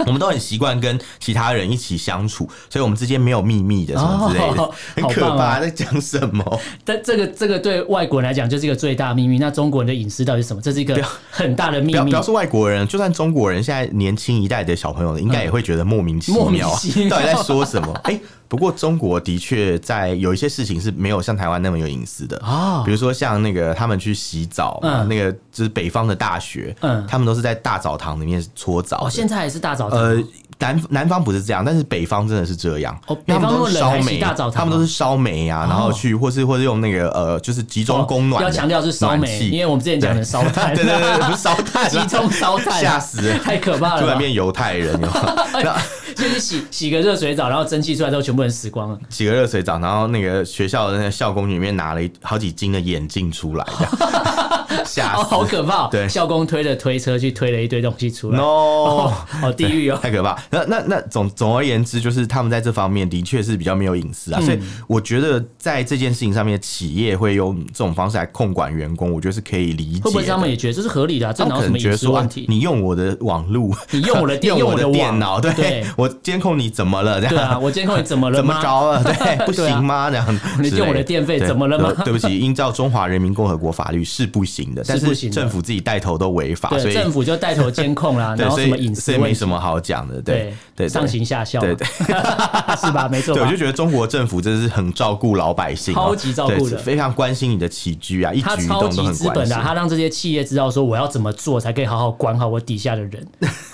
S1: 我们都很习惯跟其他人一起相处，所以我们之间没有秘密的什么之类的，
S2: 哦
S1: 很
S2: 好
S1: 可
S2: 棒
S1: 怕。
S2: 啊
S1: 在讲什么？
S2: 但这个这个对外国人来讲就是一个最大秘密。那中国人的隐私到底是什么？这是一个很大的秘
S1: 不要不
S2: 密
S1: 要。说外国人，就算中国人，现在年轻一代的小朋友应该也会觉得莫名其
S2: 莫名
S1: 妙啊，
S2: 其妙
S1: 到底在说什么？哎、不过中国的确在有一些事情是没有像台湾那么有隐私的
S2: 哦
S1: 比如说像那个他们去洗澡嘛，
S2: 嗯
S1: 那个就是北方的大学，
S2: 嗯
S1: 他们都是在大澡堂里面搓澡
S2: 哦，
S1: 的。
S2: 现在还是大澡堂。
S1: 呃，南南方不是这样，但是北方真的是这样。
S2: 哦
S1: 因为他
S2: 北
S1: 们
S2: 方
S1: 都
S2: 如果
S1: 是
S2: 冷
S1: 烧
S2: 还洗
S1: 煤，
S2: 大澡堂
S1: 他们都
S2: 吗
S1: 是烧煤啊，然后去或是或是用那个呃，就是集中供暖
S2: 哦
S1: 的、
S2: 要强调是烧
S1: 暖
S2: 煤，
S1: 气
S2: 因为我们之前讲的烧 炭，
S1: 对对 对，对不是烧炭啊，
S2: 集中烧炭，
S1: 吓死人
S2: 太可怕
S1: 突
S2: 了
S1: 然
S2: 吧。
S1: 变犹太人有没 有然后
S2: 就是洗洗个热水澡，然后蒸汽出来之后，全部人死光了。
S1: 几个热水澡，然后那个学校的那个校工里面拿了一好几斤的眼镜出来，这样 吓
S2: 哦，
S1: 死
S2: 好可怕、哦！
S1: 对
S2: 校工推着推车去推了一堆东西出来。
S1: ，no。
S2: 好地狱 哦！
S1: 太可怕！那那那总总而言之，就是他们在这方面的确是比较没有隐私啊，
S2: 嗯
S1: 所以我觉得在这件事情上面，企业会用这种方式来控管员工，我觉得是可以理解的。
S2: 会不会是他们也觉得这是合理的、啊？这
S1: 他
S2: 哪
S1: 们可
S2: 有什么
S1: 能觉
S2: 隐
S1: 得
S2: 私
S1: 说，
S2: 问
S1: 啊
S2: 题？
S1: 你用我的网络，
S2: 你用我的 电
S1: 用我
S2: 用
S1: 的
S2: 我的网
S1: 电脑，对
S2: 对
S1: 我监控你怎么了？这
S2: 对
S1: 样
S2: 啊，我监控你怎么了
S1: 怎么
S2: 吗？
S1: 着 了？对，不
S2: 对啊
S1: 行吗？这样，
S2: 你
S1: 之
S2: 用我的
S1: 类
S2: 电费
S1: 对
S2: 怎么了吗
S1: 呃对不起，依照中华人民共和国法律是不行的，但
S2: 不
S1: 是
S2: 行的
S1: 政府自己带头都违法，所
S2: 对，
S1: 以
S2: 政府就带头监控 啦，
S1: 对，
S2: 然后
S1: 所
S2: 什么隐
S1: 以
S2: 私
S1: 所以
S2: 问
S1: 没
S2: 题，
S1: 什么好讲的，对对，对
S2: 上行下效嘛，
S1: 对
S2: 啊
S1: 对
S2: 是吧？没错
S1: 对，我
S2: 吧
S1: 就？觉得中国政府真的是很照顾老百姓哦，
S2: 超级照顾的
S1: 对非常关心你的起居啊，一
S2: 他
S1: 举一
S2: 超
S1: 动
S2: 级
S1: 都很
S2: 资
S1: 关
S2: 本的
S1: 心
S2: 啊、。他让这些企业知道说我要怎么做才可以好好管好我底下的人，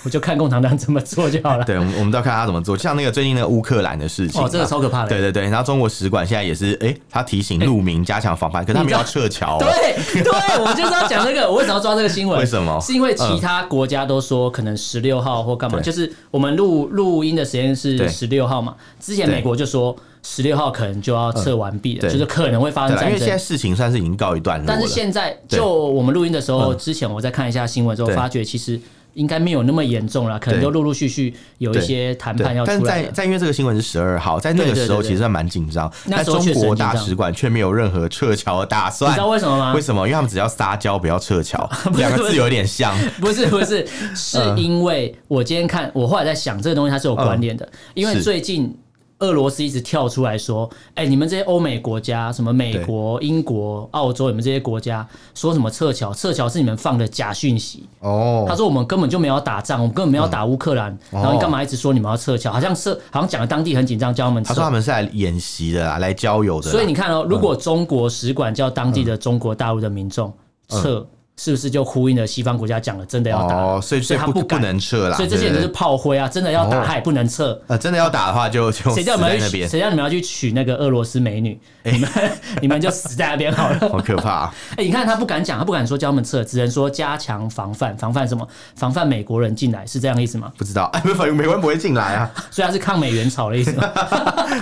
S2: 我就看共产党怎么做就好了。
S1: 对，我们我们都要看他怎么做。像那个最近那个乌克兰的事情啊，
S2: 哦，这个超可怕的。
S1: 对对对，然后中国使馆现在也是，哎、他提醒路民加强防范，可是他们要撤侨、哦。
S2: 对对，我就是要讲这 个。我为什么要抓这个新闻？
S1: 为什么嗯
S2: 是因为其他国家都说可能十六号或干嘛，
S1: 对
S2: 就是我们录录音的时间是
S1: 对
S2: 十六号嘛。之前
S1: 对
S2: 美国就说十六号可能就要撤完毕了，
S1: 对
S2: 就是可能会发
S1: 对
S2: 生
S1: 啦因为
S2: 战
S1: 现在
S2: 争。
S1: 事情算是已经告一段落了。
S2: 但是现在
S1: 对
S2: 就我们录音的时候，
S1: 嗯
S2: 之前我在看一下新闻之后，
S1: 对
S2: 发觉其实应该没有那么严重了，可能
S1: 对
S2: 就陆陆续续有一
S1: 对
S2: 些谈判
S1: 对
S2: 要，
S1: 但是
S2: 出来
S1: 在
S2: 了。
S1: 在因为这个新闻是十二号，在那
S2: 对
S1: 个
S2: 对
S1: 时候
S2: 对对
S1: 其实还蛮紧张，
S2: 那
S1: 但
S2: 时候
S1: 中
S2: 确实
S1: 国
S2: 很紧张
S1: 大使馆却没有任何撤侨的打
S2: 你
S1: 算
S2: 知道。为什么吗
S1: 为？什么？因为他们只要撒娇，不要撤侨，
S2: 是
S1: 两个
S2: 不
S1: 字
S2: 是
S1: 有点像。
S2: 不是不是，是
S1: 嗯
S2: 因为我今天看，我后来在想这个东西它是有关联的，因为
S1: 嗯是
S2: 最近。俄罗斯一直跳出来说：“哎、你们这些欧美国家，什么美国、英国、澳洲，你们这些国家说什么撤侨？撤侨是你们放的假讯息。
S1: 哦
S2: 他说我们根本就没有打仗，我们根本没有打乌克兰，
S1: 嗯
S2: 然后你干嘛一直说你们要撤侨？好像是好像讲的当地很紧张，叫他们撤
S1: 他。说他们是来演习的啦，来交友的啦。
S2: 所以你看哦，如果中国使馆叫当地的中国大陆的民众撤。是不是就呼应了西方国家讲的，真的要打，
S1: 嗯哦，所以
S2: 所
S1: 所以
S2: 以他
S1: 不
S2: 敢
S1: 不能撤啦。
S2: 所以这些人
S1: 对不
S2: 就是
S1: 对
S2: 炮灰啊，真的要打
S1: 哦
S2: 他也不能撤。
S1: 呃，真的要打的话就就
S2: 谁叫你
S1: 死
S2: 们
S1: 在那
S2: 要去
S1: 边，哎
S2: 谁叫你们要去娶那个俄罗斯美女？你们 你们就死在那边好了。
S1: 好可怕啊。
S2: 哎、你看他不敢讲，他不敢说教他们撤，只能说加强防范。防范什么？防范美国人进来，是这样意思吗？
S1: 不知道， 哎，美美国人不会进来啊，
S2: 所以他是抗美援朝的意思吗？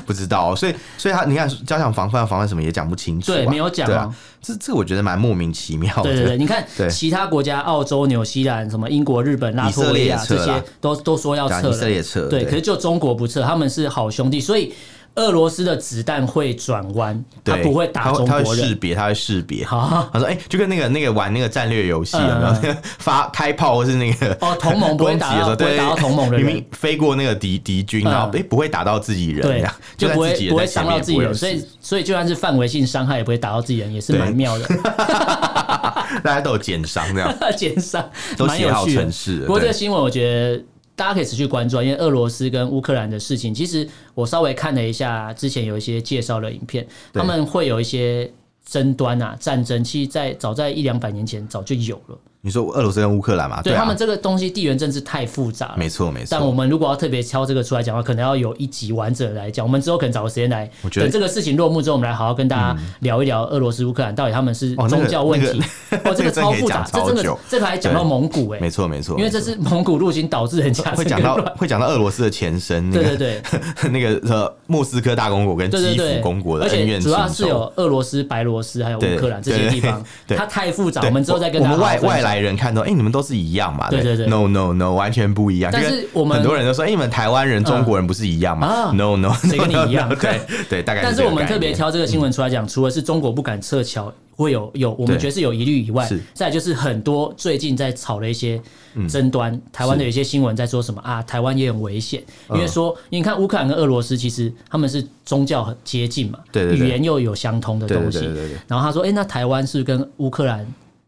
S1: 不知道，所以所以他你看加强防范防范什么也讲不清楚啊，
S2: 对没有讲啊
S1: 对啊，这这我觉得蛮莫名其妙的，
S2: 对对对，你看
S1: 对
S2: 其他国家，澳洲、纽西兰、什么英国、日本、啊拉脱维亚
S1: 以色列也撤
S2: 这些
S1: 啦，
S2: 都都说要
S1: 对啊
S2: 撤
S1: 以色
S2: 了。
S1: 列也撤，
S2: 对，可是就中国不撤，他们是好兄弟，所以俄罗斯的子弹会转弯，他
S1: 对
S2: 不会打
S1: 他
S2: 中
S1: 他
S2: 国
S1: 会识
S2: 人。
S1: 别，他会识别。
S2: 好，
S1: 他说：“哎、就跟那个那个玩那个战略游戏，
S2: 嗯
S1: 然后发开炮或是那个
S2: 哦 同盟不会打
S1: 攻击的
S2: 到
S1: 时候对
S2: 不会打到同盟的人
S1: 明明飞过那个敌敌军，
S2: 嗯
S1: 然后哎、不会打到自己人，这
S2: 对
S1: 样，
S2: 就
S1: 算
S2: 不
S1: 自己
S2: 会
S1: 人
S2: 不
S1: 在
S2: 会
S1: 前
S2: 伤
S1: 面
S2: 到
S1: 也
S2: 自己
S1: 不会
S2: 人，
S1: 有
S2: 所以
S1: 事
S2: 所以就算是范围性伤害，也不会打到自己人，也是蛮
S1: 对
S2: 妙的。
S1: 大家都有减伤这样，
S2: 奸商，
S1: 都
S2: 蛮有
S1: 写好
S2: 趣的
S1: 程式了
S2: 不过这
S1: 对
S2: 个新闻，我觉得。大家可以持续关注啊，因为俄罗斯跟乌克兰的事情，其实我稍微看了一下之前有一些介绍的影片，
S1: 对
S2: 他们会有一些争端啊，战争，其实在早在一两百年前早就有了。
S1: 你说俄罗斯跟乌克兰嘛？
S2: 对
S1: 啊，
S2: 他们这个东西，地缘政治太复杂了
S1: 没。错没
S2: 但我
S1: 错。
S2: 们如果要特别挑这个出来讲的话，可能要有一集完整的来讲。我们之后可能找个时间来，
S1: 我觉得嗯
S2: 等这个事情落幕之后，我们来好好跟大家聊一聊俄罗斯、乌克兰到底他们是
S1: 哦那个
S2: 宗教问题。 哦，这
S1: 那
S2: 个
S1: 个
S2: 超复杂，这
S1: 真可以讲超
S2: 真的
S1: 久
S2: 这个还讲到蒙古哎
S1: 没，错没错，
S2: 因为这是蒙古入侵导致人家
S1: 会
S2: 这
S1: 讲
S2: 个
S1: 到
S2: 乱
S1: 会讲到俄罗斯的前身，那
S2: 对对
S1: 个
S2: 对
S1: 那个呃莫斯科大公国跟
S2: 对对
S1: 基辅
S2: 对，
S1: 公国的
S2: 而
S1: 恩
S2: 且
S1: 怨
S2: 主
S1: 情
S2: 要是
S1: 仇。
S2: 有俄罗斯、白罗斯还有乌
S1: 对
S2: 克兰这些地方，
S1: 对对
S2: 它太复杂，
S1: 对
S2: 啊我们之后再跟
S1: 我
S2: 大家
S1: 们
S2: 好好
S1: 外
S2: 分享
S1: 外来人看到，哎，你们都是一样嘛？
S2: 对对对
S1: No No No，完全不一样。
S2: 但
S1: 因为
S2: 是我们嗯
S1: 很多人都说，哎，你们台湾人、中国人不是一样吗
S2: 啊
S1: ？No No，
S2: 谁跟你一 样
S1: no, no, 对对，大概
S2: 但
S1: 这
S2: 是
S1: 个
S2: 我们
S1: 概
S2: 特别
S1: 念嗯
S2: 挑这个新闻出来讲，除了是中国不敢撤侨会有有，我们
S1: 对
S2: 觉得是有疑虑以外
S1: 是，嗯
S2: 再来就是很多最近在炒的一些争端，台湾的有一些新闻在说什么啊，台湾也很危险，因
S1: 嗯
S2: 为说、因为你看乌克兰跟俄罗斯其实他们是宗教很接近嘛，
S1: 对对对
S2: 语言又有相通的东西，
S1: 对对对对对
S2: 然后他说，哎、那台湾是不是跟乌克兰，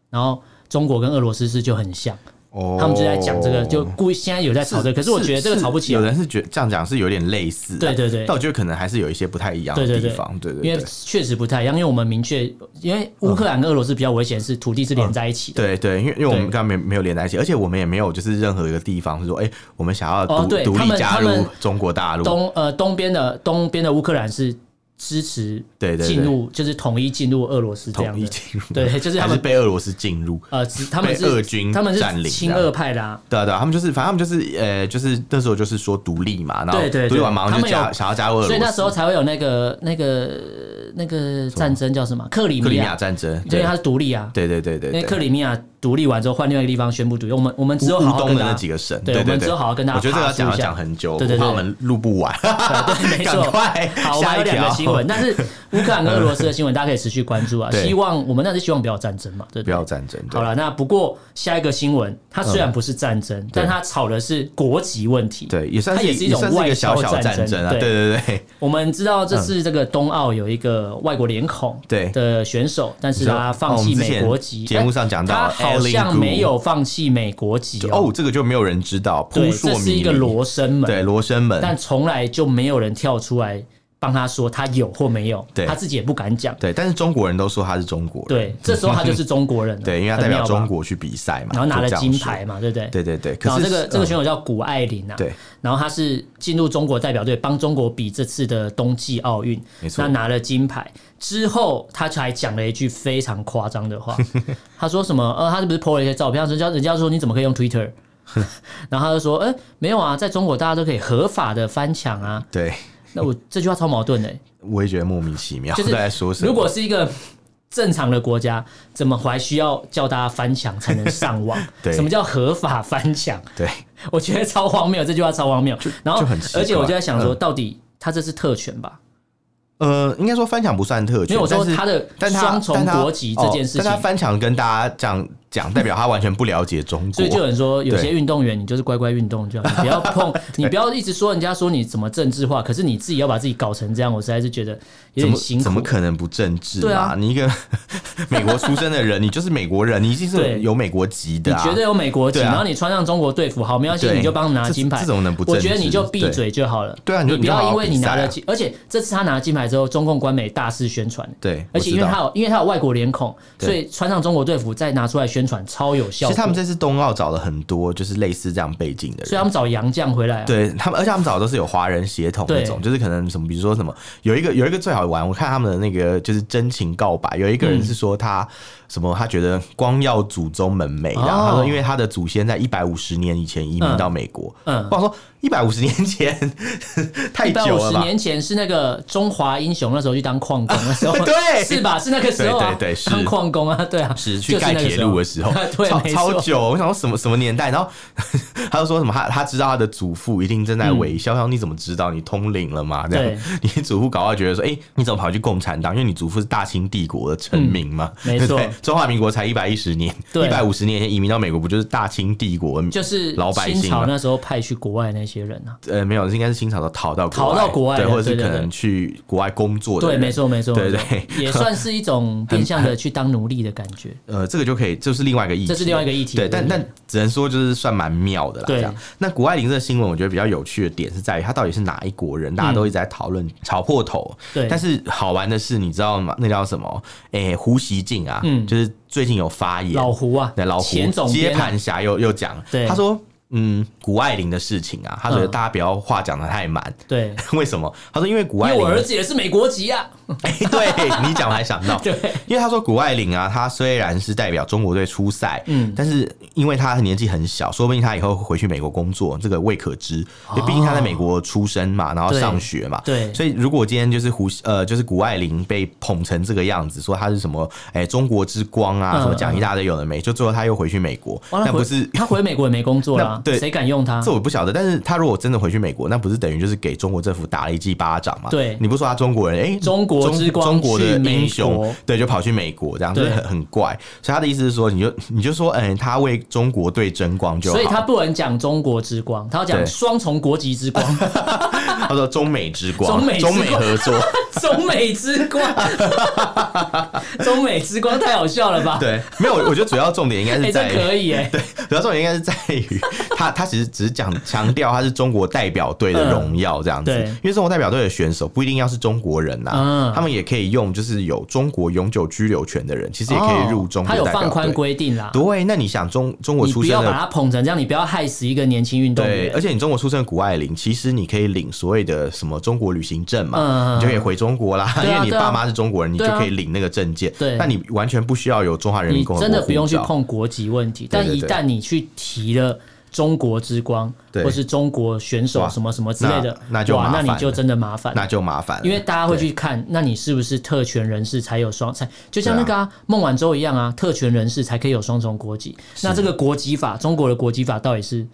S2: 然后中国跟俄罗斯是就很像，
S1: 哦
S2: 他们就在讲这个，就故意现在有在炒这个，可是我觉得这个吵不起
S1: 有
S2: 来。
S1: 人哦是觉得这样讲是有点类似啊，
S2: 对对对
S1: 但我觉得可能还是有一些不太一样
S2: 对
S1: 的
S2: 对
S1: 地
S2: 对
S1: 方，对对
S2: 因为
S1: 对。
S2: 确实不太一样，因为我们明确，因为乌克兰跟俄罗斯比较危险，是土地是连在一起的。
S1: 对对，因为因为我们
S2: 对
S1: 刚刚没没有连在一起，而且我们也没有就是任何一个地方是说，哎、我们想要独、
S2: 哦对
S1: 独
S2: 他
S1: 立
S2: 们
S1: 加
S2: 他们
S1: 入中国大陆，
S2: 东呃东边的东边的乌克兰是支持
S1: 对对对
S2: 进入，就是统一进入俄罗斯这样
S1: 统一
S2: 的。
S1: 进入，
S2: 对就是他
S1: 还
S2: 们
S1: 是被俄罗斯进入。
S2: 呃，只他们是
S1: 被俄军
S2: 他们
S1: 占
S2: 是
S1: 领
S2: 亲
S1: 这样
S2: 俄派的啊。
S1: 对啊对啊，他们就是，反正他们就是，呃，就是那时候就是说独立嘛，然后
S2: 对对对
S1: 独立完马上就
S2: 他们
S1: 加
S2: 有
S1: 想要加入俄罗斯，
S2: 所以那时候才会有那个那个那个战争叫什么？克里
S1: 克里米
S2: 米亚
S1: 亚，战争，
S2: 因为
S1: 对
S2: 它是独立啊。
S1: 对对对
S2: 因
S1: 对
S2: 为克
S1: 对，
S2: 里米亚独立完之后，换另外一个地方宣布独立。我们我们
S1: 乌
S2: 之后
S1: 乌
S2: 好好
S1: 东
S2: 跟
S1: 的
S2: 大
S1: 那
S2: 家
S1: 几个省，
S2: 对
S1: 对
S2: 我们
S1: 对
S2: 之后好好跟大家
S1: 我觉得这个要
S2: 爬梳一
S1: 讲要
S2: 下
S1: 讲很久，
S2: 对对
S1: 我怕
S2: 对
S1: 我们录不 完，
S2: 对，没错
S1: 赶。快
S2: 好，我们
S1: 下
S2: 还有
S1: 一
S2: 两个
S1: 条
S2: 新闻，但是乌克兰跟俄罗斯的新闻大家可以持续关注啊。
S1: 对
S2: 希望我们那是希望不要有战争嘛，对
S1: 不
S2: 对？
S1: 要战争，对嗯
S2: 好了，那不过下一个新闻，它虽然不是战争，但它炒的是国籍问题。，
S1: 对，也算
S2: 它
S1: 是
S2: 也是一种
S1: 算是一
S2: 外
S1: 个小
S2: 交
S1: 小
S2: 战
S1: 战
S2: 争
S1: 争啊，
S2: 对
S1: 对对对，
S2: 我们知道这次这个冬奥有一个外国脸孔
S1: 对
S2: 的选手，但是他放弃美国籍。
S1: 你知道哦我们之前节目上讲到
S2: 哎他好像
S1: Ellen Gu
S2: 没有放弃美国籍哦
S1: 哦，。这个就没有人知道，扑
S2: 对，
S1: 朔
S2: 这
S1: 迷
S2: 是一个
S1: 离
S2: 罗生门。
S1: 对罗生门，
S2: 但从来就没有人跳出来帮他说他有或没有，
S1: 对
S2: 他自己也不敢讲。
S1: 对，但是中国人都说他是中国人，
S2: 对，这时候他就是中国人了，
S1: 对，因为他代
S2: 很妙
S1: 表
S2: 吧
S1: 中，国去比赛嘛，
S2: 然后拿了
S1: 就这样
S2: 金
S1: 说
S2: 牌，嘛，对不对？
S1: 对对对，
S2: 然
S1: 可
S2: 后
S1: 是
S2: 这个这个选
S1: 嗯
S2: 手叫谷爱凌啊，
S1: 对，
S2: 然后她是进入中国代表队帮中国比这次的冬季奥运，
S1: 没错
S2: 那拿了金牌之后，她还讲了一句非常夸张的 话，她说什么？呃，她是不是 po 了一些照片？人家人家说你怎么可以用 Twitter？然后她就说，哎、没有啊，在中国大家都可以合法的翻墙啊。
S1: 对，
S2: 那我这句话超矛盾的、
S1: 我也觉得莫名其妙，
S2: 就是
S1: 在说什么？
S2: 如果是一个正常的国家，怎么还需要叫大家翻墙才能上网？
S1: 对
S2: 什么叫合法翻墙？
S1: 对
S2: 我觉得超荒谬，这句话超荒谬。然后
S1: 就很奇，怪嗯
S2: 而且我就在想说，到底他这是特权吧？
S1: 呃，应该说翻墙不算特
S2: 因
S1: 权，
S2: 为我说
S1: 但是
S2: 他的
S1: 但他
S2: 双重
S1: 但他
S2: 国籍这件事
S1: 哦但他
S2: 情。
S1: 翻墙跟大家讲讲，代表他完全不了解中国，
S2: 所以就有人说，有些
S1: 对
S2: 运动员你就是乖乖运动就好，你不 要碰，你不要一直说人家说你怎么政治化，可是你自己要把自己搞成这样，我实在是觉得有
S1: 怎
S2: 点
S1: 么
S2: 辛苦。
S1: 怎么可能不政治
S2: 对啊
S1: 嘛？你一个美国出生的人，你就是美国人，你一定是有
S2: 对
S1: 有美国籍
S2: 你
S1: 的啊，
S2: 绝对有美国籍，
S1: 对啊
S2: 然后你穿上中国队服，好，没关系，
S1: 对
S2: 你就帮他拿金牌，
S1: 这这种能不
S2: 我
S1: 正
S2: 觉得
S1: 直
S2: 你就闭
S1: 对
S2: 嘴就好了。
S1: 对啊你
S2: 你
S1: 就
S2: 不
S1: 你
S2: 要
S1: 就好
S2: 因
S1: 好
S2: 为你拿了
S1: 比
S2: 金，而且这次他拿了金牌之后，中共官媒大肆宣传，
S1: 对
S2: 而且
S1: 我知
S2: 因为
S1: 道
S2: 他有因为他有外国脸孔，
S1: 对
S2: 所以穿上中国队服再拿出来宣宣传超有效
S1: 其
S2: 果。
S1: 实他们这次冬奥找了很多就是类似这样背景的
S2: 所以
S1: 人
S2: 他。们找洋将回来、啊，
S1: 对他们，而且他们找的都是有华人血统那种，
S2: 对
S1: 就是可能什么，比如说什么，有一个有一个最好玩，我看他们的那个就是真情告白，有一个人是说他、什么，他觉得光耀祖宗门楣，
S2: 哦
S1: 然后他说因为他的祖先在一百五十年以前移民到美国，
S2: 嗯
S1: 我想说一百五十年前 太
S2: 一百
S1: 久
S2: 五
S1: 了
S2: 十
S1: 吧？
S2: 年前是那个中华英雄，那时候去当矿工的时候，
S1: 对
S2: 是吧？是那个时候、啊，
S1: 对对对是
S2: 当矿工啊，对啊，
S1: 是去
S2: 就是
S1: 盖
S2: 那个，
S1: 铁路的时候
S2: 对，
S1: 超
S2: 没
S1: 超
S2: 错，
S1: 久。我想说什么什么年代，然后 他就说什么他他知道他的祖父一定正
S2: 嗯
S1: 在微笑，然后你怎么知道你通灵了嘛？这样 你祖父搞到觉得说，哎、你怎么跑去共产党？因为你祖父是大清帝国的臣民嘛，
S2: 嗯没错
S1: 对不对中华民国才一百一十年，
S2: 对
S1: 一百五十年前移民到美国，不就是大清帝国？
S2: 就是
S1: 老百姓啊
S2: 清朝
S1: 嘛
S2: 那时候派去国外那些人啊，
S1: 呃，没有，应该是清朝的逃到国
S2: 逃到国外
S1: 对，
S2: 的
S1: 或者是
S2: 对
S1: 可
S2: 对对
S1: 能去国外工作的
S2: 对，
S1: 人
S2: 没错，没错，
S1: 对
S2: 没
S1: 对
S2: 错也算是 一种变相的去当奴隶的感觉。
S1: 呃，这个就可以，这是另外一个议题，
S2: 这是另外一个议题
S1: 对，
S2: 对
S1: 但但只能说就是算蛮妙的啦。
S2: 对
S1: 这样，那国外零这个新闻，我觉得比较有趣的点是在于他到底是哪一国人，大家都一直在讨论、吵破头。
S2: 对
S1: 但是好玩的是，你知道吗？那叫什么？诶、胡锡进啊，
S2: 嗯
S1: 就是最近有发言，
S2: 老胡啊，
S1: 对老胡
S2: 前总
S1: 接
S2: 编啊
S1: 盘侠又又讲
S2: 对，
S1: 他说。嗯，谷爱凌的事情啊，他觉得
S2: 嗯
S1: 大家不要话讲的太满，
S2: 对，
S1: 为什么？他说因为谷
S2: 因
S1: 爱
S2: 为
S1: 凌
S2: 我儿子也是美国籍啊，
S1: 哎、对你讲我还想到，
S2: 对，
S1: 因为他说谷爱凌啊，她虽然是代表中国队出赛，
S2: 嗯
S1: 嗯，但是因为她年纪很小，说不定她以后会回去美国工作，这个未可知，因为毕竟她在美国出生嘛，然后上学嘛，
S2: 哦对
S1: 所以如果今天就是胡呃就是谷爱凌被捧成这个样子，说她是什么哎、中国之光啊，
S2: 嗯
S1: 什么讲一大堆有的没，就最后她又回去美国，
S2: 完了
S1: 那
S2: 回
S1: 不是？
S2: 他回美国也没工作 啦
S1: 那，对
S2: 谁敢用他
S1: 这？我不晓得，但是她如果真的回去美国，那不是等于就是给中国政府打了一记巴掌嘛？
S2: 对
S1: 你不说她中国人，哎、
S2: 中国之光
S1: 中国
S2: 去
S1: 的
S2: 美
S1: 英
S2: 国
S1: 雄，对，就跑去美国，这样
S2: 对
S1: 就是很很怪。所以他的意思是说，你就你就说，嗯，他为中国队争光就好。
S2: 所以他不能讲中国之光，他要讲
S1: 对
S2: 双重国籍之光，
S1: 他说中美之光，
S2: 中美之
S1: 中
S2: 光
S1: 美合 作，
S2: 中美之 光，中美之光太好笑了吧？
S1: 对，没有，我觉得主要重点应该
S2: 哎、
S1: 是在
S2: 这
S1: 于。
S2: 可以哎、
S1: 对，主要重点应该是在于他，他其实只是讲强调他是中国代表队的荣耀这样子，
S2: 嗯对
S1: 因为中国代表队的选手不一定要是中国人呐、
S2: 嗯
S1: 他们也可以用就是有中国永久居留权的人，其实也可以入中
S2: 哦他有
S1: 国代
S2: 放
S1: 表
S2: 宽
S1: 队。
S2: 规定啦。
S1: 对，那你想中中国
S2: 你
S1: 出
S2: 不
S1: 生
S2: 要
S1: 的
S2: 把他捧成这样，你不要害死一个年轻运动
S1: 对，
S2: 员。
S1: 而且你中国出生的谷爱凌，其实你可以领所谓的什么中国旅行证嘛，
S2: 嗯
S1: 你就可以回中国啦，
S2: 对啊
S1: 因为你
S2: 对啊
S1: 爸妈是中国人，你就
S2: 对啊
S1: 可以领那个证件。
S2: 对
S1: 但你完全不需要有中华人民
S2: 你
S1: 共和国
S2: 真的不用去
S1: 护照。
S2: 碰国籍问题，
S1: 对
S2: 但
S1: 对
S2: 一
S1: 对
S2: 旦你去提了中国之光，
S1: 对
S2: 或是中国选手
S1: 哇
S2: 什么什么之类的，
S1: 那那就
S2: 哇，
S1: 麻
S2: 那
S1: 烦
S2: 你就真的麻烦。
S1: 那就麻烦了，
S2: 因为大家会去看，那你是不是特权人士才有双才？就像那个啊，孟晚舟一样啊，特权人士才可以有双重国籍。那这个国籍法，中国的国籍法到底是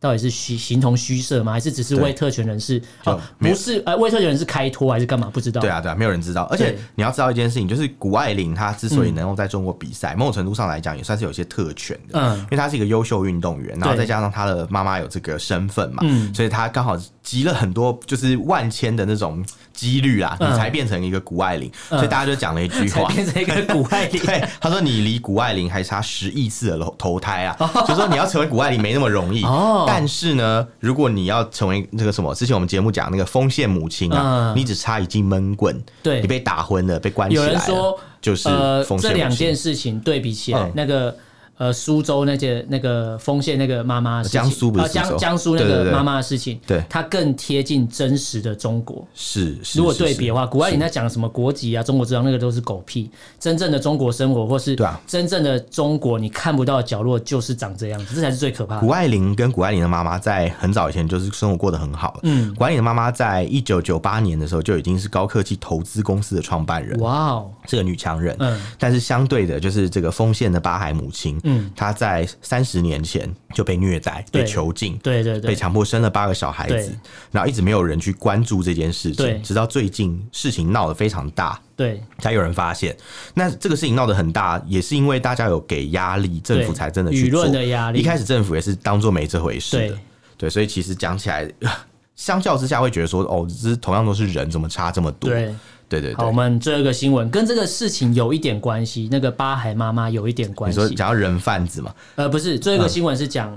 S2: 到底是虚形同虚设吗？还是只是为
S1: 对
S2: 特权人士哦
S1: 就？没
S2: 不
S1: 有
S2: 是，呃，为特权人士开脱还是干嘛？不知道。
S1: 对啊，对啊，没有人知道。而且
S2: 对
S1: 你要知道一件事情，就是谷爱凌她之所以能够在中国比赛，某种程度上来讲也算是有些特权的，
S2: 嗯
S1: 因为她是一个优秀运动员，然后
S2: 对
S1: 再加上她的妈妈有这个身份嘛，
S2: 嗯
S1: 所以她刚好集了很多就是万千的那种几率啦，
S2: 嗯
S1: 你才变成一个谷爱凌，
S2: 嗯
S1: 所以大家就讲了一句
S2: 才
S1: 话。
S2: 变成一个古 爱凌。
S1: 对，他说你离谷爱凌还差十亿次的投投胎 啊，就说你要成为谷爱凌没那么容易。
S2: 哦
S1: 但是呢，如果你要成为那个什么，之前我们节目讲那个丰县母亲啊，
S2: 嗯
S1: 你只差一记闷棍，
S2: 对
S1: 你被打昏了，被关起
S2: 有
S1: 来
S2: 人
S1: 了，
S2: 说，
S1: 就是
S2: 呃，
S1: 丰县
S2: 这两
S1: 母亲
S2: 件事情对比起来
S1: 嗯，
S2: 那个。呃，苏州那件那个丰县那个妈妈的事情，
S1: 江苏不是
S2: 呃江
S1: 苏州
S2: 江苏那
S1: 对对
S2: 个
S1: 对
S2: 妈妈的事情，
S1: 对
S2: 它更贴近真实的中国。
S1: 是，是
S2: 如果
S1: 是
S2: 对
S1: 是
S2: 比的话，古爱凌在讲什么国籍啊、中国之邦，那个都是狗屁。真正的中国生活，或是
S1: 对啊
S2: 真正的中国，你看不到的角落就是长这样子，这才是最可怕
S1: 谷
S2: 的。
S1: 爱凌跟谷爱凌的妈妈在很早以前就是生活过得很好。嗯，谷爱凌的妈妈在一九九八年的时候就已经是高科技投资公司的创办人，
S2: 哇哦，
S1: 是个女强人。
S2: 嗯
S1: 但是相对的，就是这个丰县的八海母亲，
S2: 嗯
S1: 嗯，她在三十年前就被虐待、
S2: 对
S1: 被囚禁。
S2: 对对
S1: 被
S2: 对，
S1: 强迫生了八个小孩子
S2: 对，
S1: 然后一直没有人去关注这件事
S2: 对
S1: 情，直到最近事情闹得非常大，
S2: 对
S1: 才有人发现。那这个事情闹得很大，也是因为大家有给压力，政府
S2: 对
S1: 才真的去
S2: 舆
S1: 做
S2: 论。的压力，
S1: 一开始政府也是当做没这回事的，
S2: 对
S1: 对，所以其实讲起来， 相较之下会觉得说，哦，这是同样都是人，怎么差这么多？
S2: 对。
S1: 对对
S2: 好，我
S1: 对。
S2: 们最后一个新闻跟这个事情有一点关系，那个八海妈妈有一点关
S1: 你说
S2: 系。
S1: 讲到人贩子嘛，
S2: 呃，不是，最
S1: 啊
S2: 后一个新闻是讲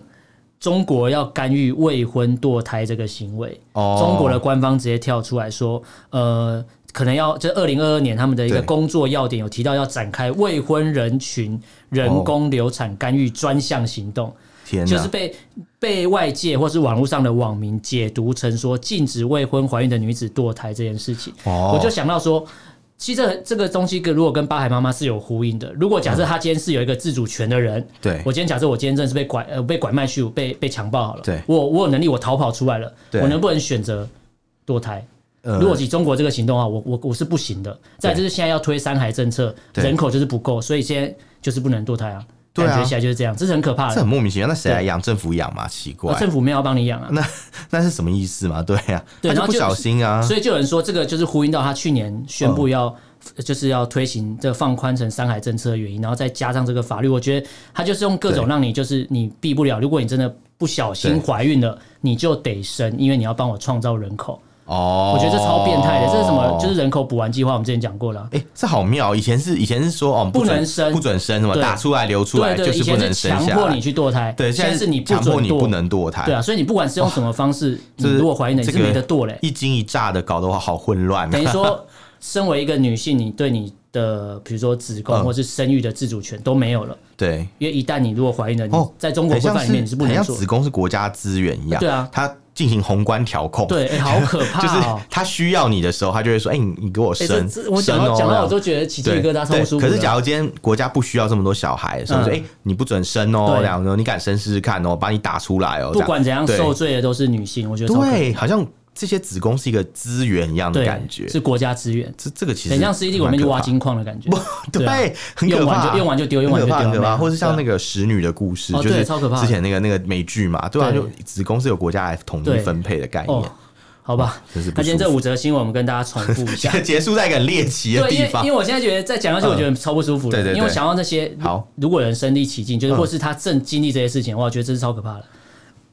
S2: 中国要干预未婚堕胎这个行为。
S1: 哦
S2: 中国的官方直接跳出来说，呃，可能要这二零二二年他们的一个
S1: 对
S2: 工作要点有提到要展开未婚人群人工流产干预专项行动。
S1: 天哪，
S2: 就是被被外界或是网络上的网民解读成说禁止未婚怀孕的女子堕胎这件事情，
S1: 哦
S2: 我就想到说。其实这这个东西跟如果跟八海妈妈是有呼应的。如果假设她今天是有一个自主权的人，
S1: 对
S2: 我今天假设我今天真的是被拐呃被拐卖去被被强暴好了，
S1: 对
S2: 我我有能力我逃跑出来了，
S1: 对
S2: 我能不能选择堕胎？
S1: 呃
S2: 如果以中国这个行动啊，我我我是不行的。再来就是现在要推三孩政策，
S1: 对
S2: 人口就是不够，所以现在就是不能堕胎啊。
S1: 对啊
S2: 感觉起来就是这样，这是很可怕的
S1: 这。很莫名其妙，那谁来养？政府养嘛？奇怪
S2: 那，政府没有要帮你养啊。
S1: 那那是什么意思嘛？对呀、
S2: 对
S1: 他
S2: 然
S1: 就
S2: 后
S1: 不
S2: 就
S1: 小心啊，哦
S2: 所以就有人说，这个就是呼应到他去年宣布要、就是要推行这个放宽成三孩政策的原因，然后再加上这个法律，我觉得他就是用各种让你就是你避不了，如果你真的不小心
S1: 对
S2: 怀孕了，你就得生，因为你要帮我创造人口。
S1: 哦，
S2: 我觉得这超变态的，这是什么？就是人口补完计划，我们之前讲过了啊。
S1: 哎、这好妙！以前是以前是说哦，
S2: 不
S1: 准
S2: 能生
S1: 不准生什么
S2: 对
S1: 打出来流出来
S2: 对对，
S1: 就
S2: 以
S1: 是不
S2: 前是
S1: 能生
S2: 强
S1: 下
S2: 迫
S1: 来
S2: 你，去堕胎，
S1: 对，
S2: 现在
S1: 在
S2: 是你不
S1: 强迫
S2: 准
S1: 你不
S2: 堕。
S1: 能堕胎，
S2: 对啊，所以你不管是用什么方式，你
S1: 这是
S2: 如果怀孕了，你是
S1: 这个
S2: 没得堕嘞、
S1: 一惊一乍的搞得我好混乱、
S2: 等于
S1: 啊。
S2: 说，身为一个女性，你对你的比如说子宫
S1: 嗯
S2: 或是生育的自主权都没有了，
S1: 对，
S2: 因为一旦你如果怀孕了，你
S1: 哦
S2: 在中国
S1: 很
S2: 规
S1: 像
S2: 范里面你是不
S1: 很
S2: 能
S1: 像
S2: 做
S1: 子
S2: 的。
S1: 宫是国家资源一样，
S2: 对啊
S1: 它进行宏观调控，
S2: 对，哎好可
S1: 就是
S2: 怕哦！
S1: 它需要你的时候，它就会说，哎、你你给我
S2: 哎
S1: 生，
S2: 这这我讲
S1: 生哦
S2: 到讲
S1: 这
S2: 到
S1: 样
S2: 我都觉得起鸡皮
S1: 对
S2: 疙瘩，超不舒服
S1: 可
S2: 的。
S1: 是，假如今天国家不需要这么多小孩，所以说，
S2: 嗯
S1: 哎、你不准生哦、
S2: 对
S1: 这样说，你敢生试试看哦、把你打出来哦、这
S2: 不
S1: 样
S2: 管怎样
S1: 对
S2: 受罪的都是女性，我觉得超可
S1: 对，好像这些子宫是一个资源一样的
S2: 对
S1: 感觉。
S2: 是国家资源，
S1: 这这个其实
S2: 很像 CD 我们去
S1: 蛮可
S2: 挖
S1: 怕
S2: 金矿的感觉。
S1: 对，
S2: 啊
S1: 很
S2: 用
S1: 可
S2: 完
S1: 怕，
S2: 就用完就丢，用完
S1: 很
S2: 就
S1: 可怕，
S2: 丢
S1: 很可
S2: 没
S1: 怕。
S2: 有啊
S1: 或是像
S2: 对
S1: 那个使女的故事，
S2: 哦
S1: 就
S2: 对
S1: 是
S2: 超可怕的
S1: 之前那个那个美剧嘛，对啊，
S2: 对
S1: 就子宫是有国家来统一
S2: 对
S1: 分配的概
S2: 哦
S1: 念。，
S2: 好吧，
S1: 真是不
S2: 那今天
S1: 舒
S2: 这
S1: 服
S2: 五则新闻我们跟大家重复一 下。
S1: 结束在一个很猎奇的
S2: 对，因
S1: 地
S2: 为
S1: 方嗯
S2: 因为。我现在觉得再讲下去，我觉得超不舒服的。
S1: 对对对
S2: 因为我想到那些
S1: 好，
S2: 如果有人身临其境，就是
S1: 嗯
S2: 或是他正经历这些事情，哇，我觉得这是超可怕的。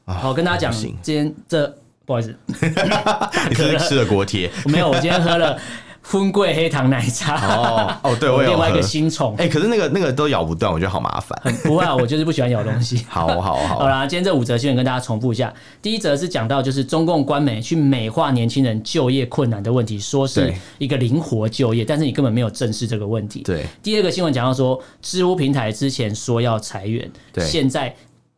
S2: 好，跟大家讲，
S1: 啊不行
S2: 今天这不好意思，
S1: 你是不是吃了锅贴
S2: 我没有，我今天喝了荤贵黑糖奶茶，
S1: 哦哦，对，我有
S2: 另外一个
S1: 喝
S2: 新宠，
S1: 哎，可是那个那个都咬不断，我觉得好麻烦。
S2: 不会啊，我就是不喜欢咬东西。
S1: 好好
S2: 好
S1: 好，
S2: 啦，今天这五则新闻跟大家重复一下。第一则是讲到就是中共官媒去美化年轻人就业困难的问题，说是
S1: 对
S2: 一个灵活就业，但是你根本没有正视这个问题。
S1: 对，
S2: 第二个新闻讲到说，知乎平台之前说要裁员，
S1: 对
S2: 现在。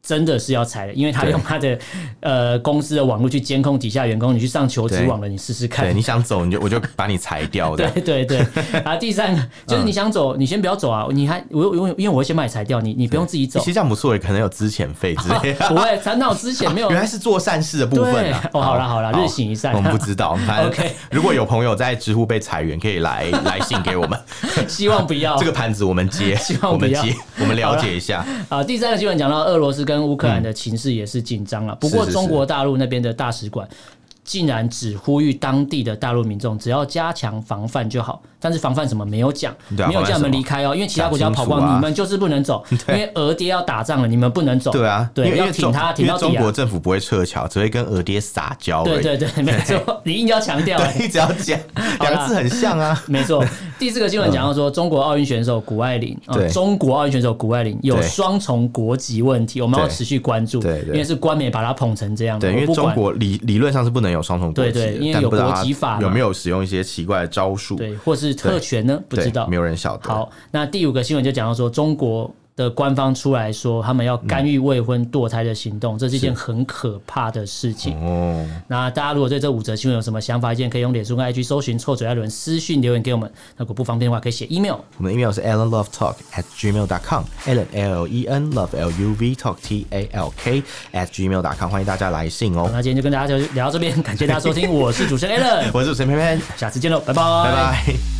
S2: 真的是要裁了，因为他
S1: 对
S2: 用他的呃公司的网络去监控底下员工，你去上求职
S1: 对
S2: 网了，你试试看
S1: 对，。 你想走你就我就把你裁掉的。嗯
S2: 对对对，然后第 三个就是你想走，你先不要走啊，你还我因为因为我会先把你裁掉，你你不用自己 走
S1: 其，实这样不错，可能有资遣费之类的。
S2: 不会。裁到之前没有
S1: 原来是做善事的部分啊
S2: 对！哦好啦好啦日行一善
S1: 我们不知 道，反正
S2: OK
S1: 如果有朋友在知乎被裁员，可以来 来信给我们，
S2: 希望不要
S1: 这个盘子我们 接
S2: 望，
S1: 我们
S2: 不要
S1: 接，我们了解一下。
S2: 啊，第三个新闻讲到俄罗斯跟乌克兰的情势也是紧张了。不过
S1: 嗯是是
S2: 中国大陆那边的大使馆竟然只呼吁当地的大陆民众只要加强防范就好，但是防范什么没有讲，
S1: 对啊
S2: 没有叫
S1: 防范
S2: 你们
S1: 什么
S2: 离开哦，因为其他国家
S1: 讲
S2: 跑
S1: 清楚
S2: 光，
S1: 啊
S2: 你们就是不 能走，因为俄爹要打仗了，你们不能走。
S1: 对啊，因
S2: 对，
S1: 为因
S2: 要
S1: 为
S2: 挺
S1: 中
S2: 他，挺
S1: 因
S2: 到
S1: 为中
S2: 底啊
S1: 国。政府不会撤侨，只会跟俄爹撒娇而
S2: 对
S1: 已。
S2: 对对，没错，你硬要强调、欸。
S1: 对，只要讲
S2: 啦
S1: 两个字很像啊。
S2: 没错，第四个新闻讲到说，中国奥运选手谷爱凌，啊
S1: 对
S2: 中国奥运选手谷爱凌有
S1: 对
S2: 双重国籍问题，我们要
S1: 对
S2: 持续关注，
S1: 对
S2: 因
S1: 对
S2: 为是官媒把他捧成这样
S1: 对，
S2: 的，
S1: 因
S2: 我
S1: 为
S2: 不
S1: 中
S2: 管。
S1: 国理理论上是不能有双重国籍
S2: 对对因
S1: 的，
S2: 为
S1: 但
S2: 有
S1: 不知道
S2: 国籍法
S1: 他
S2: 嘛
S1: 有没有使用一些奇怪的招数，
S2: 对，或是特权呢？不
S1: 对
S2: 知道
S1: 没。有人晓得。
S2: 好，那第五个新闻就讲到说，中国的官方出来说，他们要干预未婚堕胎的行动，这是一件很可怕的事情。
S1: 哦，
S2: 那大家如果对这五则新闻有什么想法、意见，可以用脸书跟 IG 搜寻“臭嘴艾伦”私讯留言给我们。那如果不方便的话，可以写 email。
S1: 我们的 email 是 allenlovetalk at gmail.com，allen l e n love l u v E talk t a l k at gmail.com，欢迎大家来信
S2: 好
S1: 哦。
S2: 那今天 就跟大家就聊到这边，感谢大家收听，我是主持人 Alan，
S1: 我是主持人偏偏，
S2: 下次见喽，拜
S1: 拜拜。